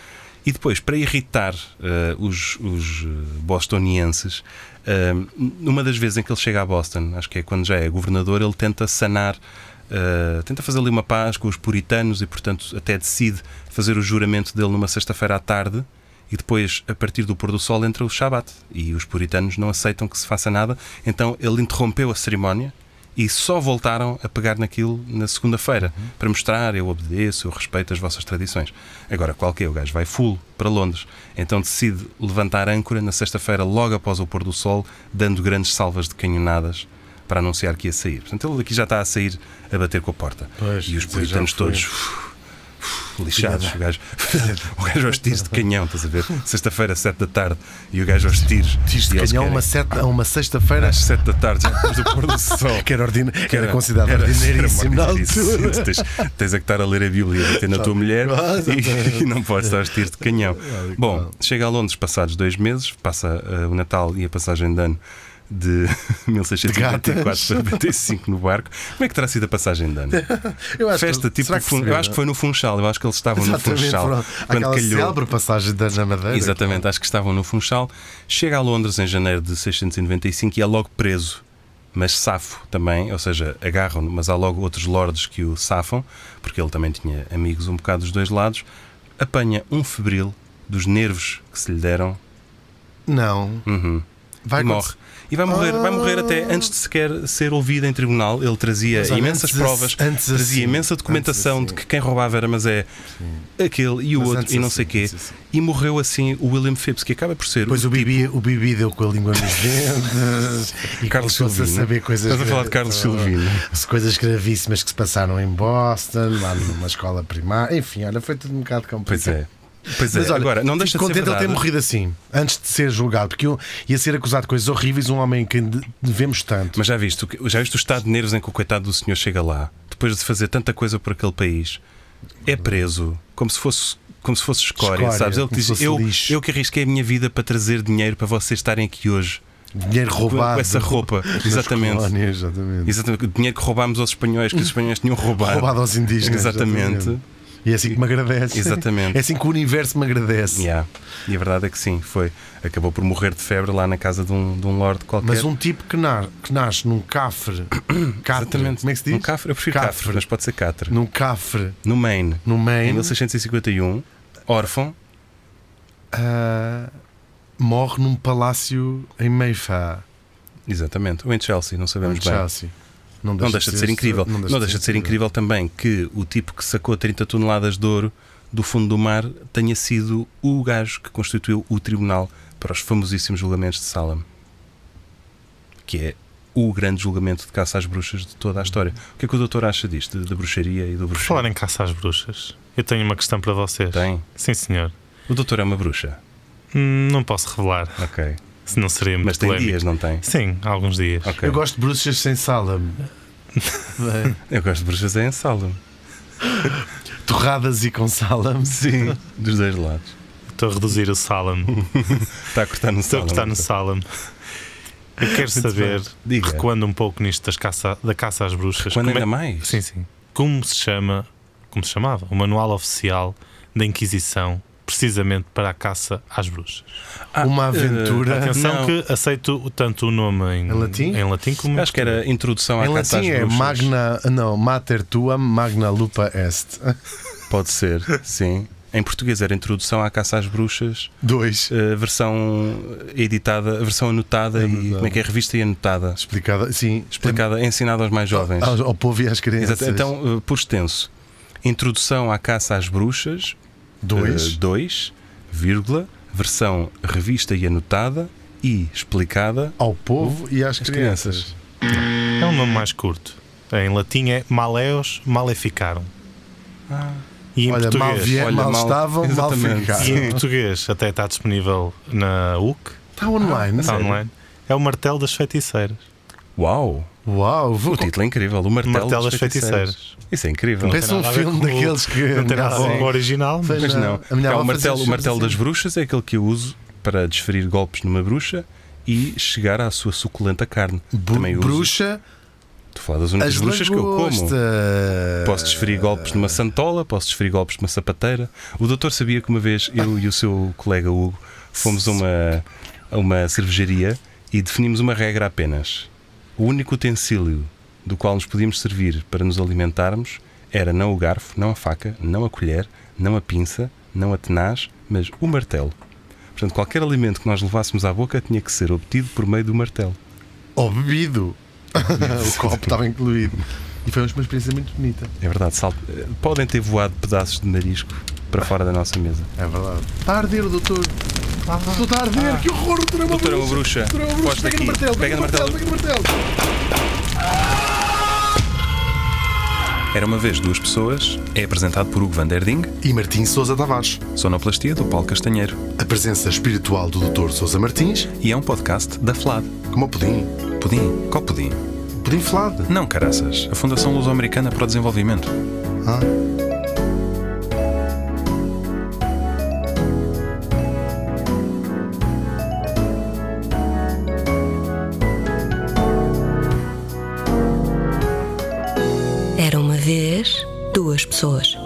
[SPEAKER 1] E depois, para irritar eh, os, os eh, bostonienses, eh, numa das vezes em que ele chega a Boston, acho que é quando já é governador, ele tenta sanar, eh, tenta fazer ali uma paz com os puritanos e, portanto, até decide fazer o juramento dele numa sexta-feira à tarde. E depois, a partir do pôr do sol, entra o Shabat. E os puritanos não aceitam que se faça nada, então ele interrompeu a cerimónia e só voltaram a pegar naquilo na segunda-feira
[SPEAKER 3] Uhum.
[SPEAKER 1] para mostrar eu obedeço, eu respeito as vossas tradições. Agora, qual que é? O gajo vai full para Londres, então decide levantar âncora na sexta-feira, logo após o pôr do sol, dando grandes salvas de canhonadas para anunciar que ia sair. Portanto, ele aqui já está a sair a bater com a porta.
[SPEAKER 3] Pois,
[SPEAKER 1] e os
[SPEAKER 3] dizer, já
[SPEAKER 1] puritanos
[SPEAKER 3] foi.
[SPEAKER 1] todos lixados. O gajo, o gajo aos tiros de canhão, estás a ver? Sexta-feira, sete da tarde, e o gajo aos tiros.
[SPEAKER 2] Diz
[SPEAKER 1] E
[SPEAKER 2] de
[SPEAKER 1] eles
[SPEAKER 2] canhão uma,
[SPEAKER 1] querem-
[SPEAKER 2] sete- a uma sexta-feira
[SPEAKER 1] às sete da tarde, já depois do pôr do sol.
[SPEAKER 2] que era, ordina, que era considerado ordineiríssimo na
[SPEAKER 1] era ordineiríssimo.
[SPEAKER 2] altura. Ah,
[SPEAKER 1] Tu tens, tens a que estar a ler a Bíblia e bater na tua mulher e, e não podes estar a tiros de canhão. Bom, chega a Londres passados dois meses, passa eh, o Natal e a passagem de ano de 1644 a 45 no barco. Como é que terá sido a passagem de ano?
[SPEAKER 2] Eu acho
[SPEAKER 1] Festa,
[SPEAKER 2] que-
[SPEAKER 1] tipo,
[SPEAKER 2] será que
[SPEAKER 1] fun-
[SPEAKER 2] se vê?
[SPEAKER 1] eu acho que foi um no Funchal, eu acho que eles estavam no
[SPEAKER 2] Exatamente,
[SPEAKER 1] Funchal.
[SPEAKER 2] pronto. aquela célebre passagem da Ana Madeira.
[SPEAKER 1] Exatamente, acho que estavam no Funchal. Chega a Londres em janeiro de 695 e é logo preso, mas safo também, ou seja, agarram-no, mas há logo outros lordes que o safam, porque ele também tinha amigos um bocado dos dois lados. Apanha um febril dos nervos que se lhe deram
[SPEAKER 2] Não.
[SPEAKER 1] Uhum. e
[SPEAKER 2] Vai
[SPEAKER 1] morre. E vai morrer, vai morrer até antes de sequer ser ouvido em tribunal. Ele trazia
[SPEAKER 2] Mas olha,
[SPEAKER 1] imensas
[SPEAKER 2] antes
[SPEAKER 1] provas,
[SPEAKER 2] assim- antes
[SPEAKER 1] trazia
[SPEAKER 2] assim,
[SPEAKER 1] imensa documentação
[SPEAKER 2] antes
[SPEAKER 1] de que
[SPEAKER 2] assim.
[SPEAKER 1] quem roubava era mas é aquele e o
[SPEAKER 2] Mas
[SPEAKER 1] outro
[SPEAKER 2] antes
[SPEAKER 1] e não
[SPEAKER 2] assim,
[SPEAKER 1] sei quê.
[SPEAKER 2] antes assim.
[SPEAKER 1] E morreu assim o William Phipps, que acaba por ser
[SPEAKER 2] Pois o Bibi, o Bibi deu com a língua nos dentes e
[SPEAKER 1] Carlos
[SPEAKER 2] começou-se
[SPEAKER 1] Silvino.
[SPEAKER 2] a saber coisas
[SPEAKER 1] Estás a falar de
[SPEAKER 2] graves.
[SPEAKER 1] Carlos Silvino.
[SPEAKER 2] As coisas gravíssimas que se passaram em Boston, lá numa escola primária. Enfim, olha, foi tudo um bocado complicado.
[SPEAKER 1] Pois é. Pois
[SPEAKER 2] Mas
[SPEAKER 1] é,
[SPEAKER 2] olha,
[SPEAKER 1] agora, não deixa de
[SPEAKER 2] fico
[SPEAKER 1] ser
[SPEAKER 2] contente ele
[SPEAKER 1] verdade.
[SPEAKER 2] ter morrido assim, antes de ser julgado, porque eu ia ser acusado de coisas horríveis, um homem que de- devemos tanto.
[SPEAKER 1] Mas já viste, o que- já viste o estado de nervos em que o coitado do senhor chega lá, depois de fazer tanta coisa por aquele país, é preso, como se fosse. Como se fosse escória,
[SPEAKER 2] Escória,
[SPEAKER 1] sabes? Ele que
[SPEAKER 2] como se
[SPEAKER 1] diz:
[SPEAKER 2] fosse
[SPEAKER 1] eu,
[SPEAKER 2] lixo."
[SPEAKER 1] eu que arrisquei a minha vida para trazer dinheiro para vocês estarem aqui hoje.
[SPEAKER 2] dinheiro roubado.
[SPEAKER 1] Com essa roupa,
[SPEAKER 2] nas
[SPEAKER 1] exatamente.
[SPEAKER 2] colónias, exatamente.
[SPEAKER 1] Exatamente, o dinheiro que roubámos aos espanhóis, que os espanhóis tinham roubado.
[SPEAKER 2] Roubado aos indígenas.
[SPEAKER 1] Exatamente.
[SPEAKER 2] E é assim que me agradece.
[SPEAKER 1] Exatamente.
[SPEAKER 2] É assim que o universo me agradece.
[SPEAKER 1] Yeah. E a verdade é que sim, foi. Acabou por morrer de febre lá na casa de um, de um lord qualquer.
[SPEAKER 2] Mas um tipo que, na- que nasce num cafre. catre,
[SPEAKER 1] Exatamente.
[SPEAKER 2] Como é que se diz?
[SPEAKER 1] Um cafre, eu prefiro cafre, mas pode ser catre.
[SPEAKER 2] Num cafre
[SPEAKER 1] No Maine,
[SPEAKER 2] no
[SPEAKER 1] em
[SPEAKER 2] Maine
[SPEAKER 1] 1651, órfão,
[SPEAKER 2] ah, morre num palácio em Mayfair,
[SPEAKER 1] exatamente, ou em Chelsea, não sabemos
[SPEAKER 2] em
[SPEAKER 1] bem.
[SPEAKER 2] Chelsea.
[SPEAKER 1] Não deixa de ser incrível. Não deixa, de ser incrível também que o tipo que sacou 30 toneladas de ouro do fundo do mar tenha sido o gajo que constituiu o tribunal para os famosíssimos julgamentos de Salem, que é o grande julgamento de caça às bruxas de toda a história. O que é que o doutor acha disto, de- da bruxaria e do
[SPEAKER 3] Por
[SPEAKER 1] bruxeiro?
[SPEAKER 3] falar em caça às bruxas, eu tenho uma questão para vocês.
[SPEAKER 1] Tem.
[SPEAKER 3] Sim, senhor.
[SPEAKER 1] O doutor é uma bruxa,
[SPEAKER 3] Hum, Não posso revelar,
[SPEAKER 1] ok.
[SPEAKER 3] senão seria muito
[SPEAKER 1] Mas tem
[SPEAKER 3] polémico.
[SPEAKER 1] dias, não tem?
[SPEAKER 3] Sim, há alguns dias.
[SPEAKER 1] Ok.
[SPEAKER 2] Eu gosto de bruxas sem sala. Bem,
[SPEAKER 1] Eu gosto de bruxas é em Salem.
[SPEAKER 2] Torradas e com salame.
[SPEAKER 1] Sim, dos dois lados.
[SPEAKER 3] Estou a reduzir o Salem.
[SPEAKER 1] Está a cortar no
[SPEAKER 3] Estou a
[SPEAKER 1] Salem.
[SPEAKER 3] cortar no
[SPEAKER 1] doutor.
[SPEAKER 3] Salem. Eu quero saber,
[SPEAKER 1] Diga.
[SPEAKER 3] recuando um pouco nisto das caça, da caça às bruxas,
[SPEAKER 1] Quando
[SPEAKER 3] como
[SPEAKER 1] ainda
[SPEAKER 3] é,
[SPEAKER 1] mais?
[SPEAKER 3] Sim, sim. Como se chama, como se chamava, o manual oficial da Inquisição, precisamente para a caça às bruxas.
[SPEAKER 1] Ah,
[SPEAKER 2] Uma
[SPEAKER 1] eh,
[SPEAKER 2] aventura.
[SPEAKER 3] Atenção
[SPEAKER 1] não.
[SPEAKER 3] que aceito tanto o nome em,
[SPEAKER 2] Em latim?
[SPEAKER 3] em latim como em
[SPEAKER 1] Acho que era introdução à
[SPEAKER 2] Em
[SPEAKER 1] caça
[SPEAKER 2] latim
[SPEAKER 1] às
[SPEAKER 2] é
[SPEAKER 1] bruxas.
[SPEAKER 2] magna, não, mater tuam magna lupa est.
[SPEAKER 1] Pode ser, sim. Em português era introdução à caça às bruxas,
[SPEAKER 2] Dois.
[SPEAKER 1] eh, versão editada, a versão anotada e
[SPEAKER 2] verdade.
[SPEAKER 1] como é que é revista e anotada,
[SPEAKER 2] Explicada, sim.
[SPEAKER 1] explicada, ensinada aos mais jovens.
[SPEAKER 2] Ao, ao povo e às crianças.
[SPEAKER 1] Exato. Então, eh, por extenso, introdução à caça às bruxas,
[SPEAKER 2] Dois.
[SPEAKER 1] 2, vírgula, versão revista e anotada e explicada
[SPEAKER 2] ao povo e às
[SPEAKER 1] As crianças.
[SPEAKER 2] crianças.
[SPEAKER 3] É um nome mais curto. Em latim é Maleos Maleficaram. E em
[SPEAKER 2] Olha, mal
[SPEAKER 3] português.
[SPEAKER 2] vier,
[SPEAKER 1] Ah. Olha,
[SPEAKER 2] mal,
[SPEAKER 1] mal-
[SPEAKER 2] estavam, mal
[SPEAKER 1] Exatamente.
[SPEAKER 3] E
[SPEAKER 2] ficaram.
[SPEAKER 3] em português até está disponível na UC,
[SPEAKER 2] Está Tá online.
[SPEAKER 1] Tá
[SPEAKER 3] está
[SPEAKER 2] sério?
[SPEAKER 3] online. É o martelo das feiticeiras.
[SPEAKER 1] Uau!
[SPEAKER 2] Uau, vou...
[SPEAKER 1] O título é incrível. O martelo,
[SPEAKER 3] Martelo das
[SPEAKER 1] Isso é incrível.
[SPEAKER 2] Pensa
[SPEAKER 3] tem
[SPEAKER 2] um
[SPEAKER 3] nada a ver
[SPEAKER 2] filme
[SPEAKER 3] com o-
[SPEAKER 2] daqueles que.
[SPEAKER 3] Não tem nada a ver com o original, mas
[SPEAKER 1] Mas
[SPEAKER 2] Não,
[SPEAKER 1] não.
[SPEAKER 2] a minha
[SPEAKER 1] Cá,
[SPEAKER 2] avó
[SPEAKER 1] o martelo,
[SPEAKER 2] fazia
[SPEAKER 1] o martelo
[SPEAKER 2] sempre
[SPEAKER 1] das bruxas é aquele que eu uso para desferir golpes numa bruxa e chegar à sua suculenta carne.
[SPEAKER 2] Bu-
[SPEAKER 1] Também uso.
[SPEAKER 2] bruxa,
[SPEAKER 1] Estou a falar das únicas
[SPEAKER 2] as
[SPEAKER 1] bruxas que eu como.
[SPEAKER 2] lagostas.
[SPEAKER 1] Posso desferir golpes numa santola, posso desferir golpes numa sapateira. O doutor sabia que uma vez eu e o seu colega Hugo fomos a uma, a uma cervejaria e definimos uma regra apenas. O único utensílio do qual nos podíamos servir para nos alimentarmos era não o garfo, não a faca, não a colher, não a pinça, não a tenaz, mas o martelo. Portanto, qualquer alimento que nós levássemos à boca tinha que ser obtido por meio do martelo.
[SPEAKER 2] Ou bebido. o copo estava incluído. E foi uma experiência muito bonita.
[SPEAKER 1] É verdade, sal- eh, podem ter voado pedaços de marisco para fora da nossa mesa.
[SPEAKER 2] É verdade. Está a arder, doutor. Doutor, a arder. Que horror, doutor. É uma
[SPEAKER 1] Doutor, é uma bruxa.
[SPEAKER 2] Doutor, é uma bruxa.
[SPEAKER 1] Posta
[SPEAKER 2] Pega no
[SPEAKER 1] aqui.
[SPEAKER 2] martelo.
[SPEAKER 1] Pega no martelo.
[SPEAKER 2] Pega no martelo.
[SPEAKER 1] Era uma vez duas pessoas é apresentado por Hugo Van Der Ding,
[SPEAKER 2] E Martim Sousa Tavares.
[SPEAKER 1] sonoplastia do Paulo Castanheiro,
[SPEAKER 2] A presença espiritual do doutor Sousa Martins.
[SPEAKER 1] e é um podcast da FLAD.
[SPEAKER 2] Como o pudim.
[SPEAKER 1] Pudim, qual pudim?
[SPEAKER 2] Pudim flado.
[SPEAKER 1] Não, caraças, a Fundação Luso-Americana para o Desenvolvimento.
[SPEAKER 2] Ah.
[SPEAKER 6] Era uma vez duas pessoas.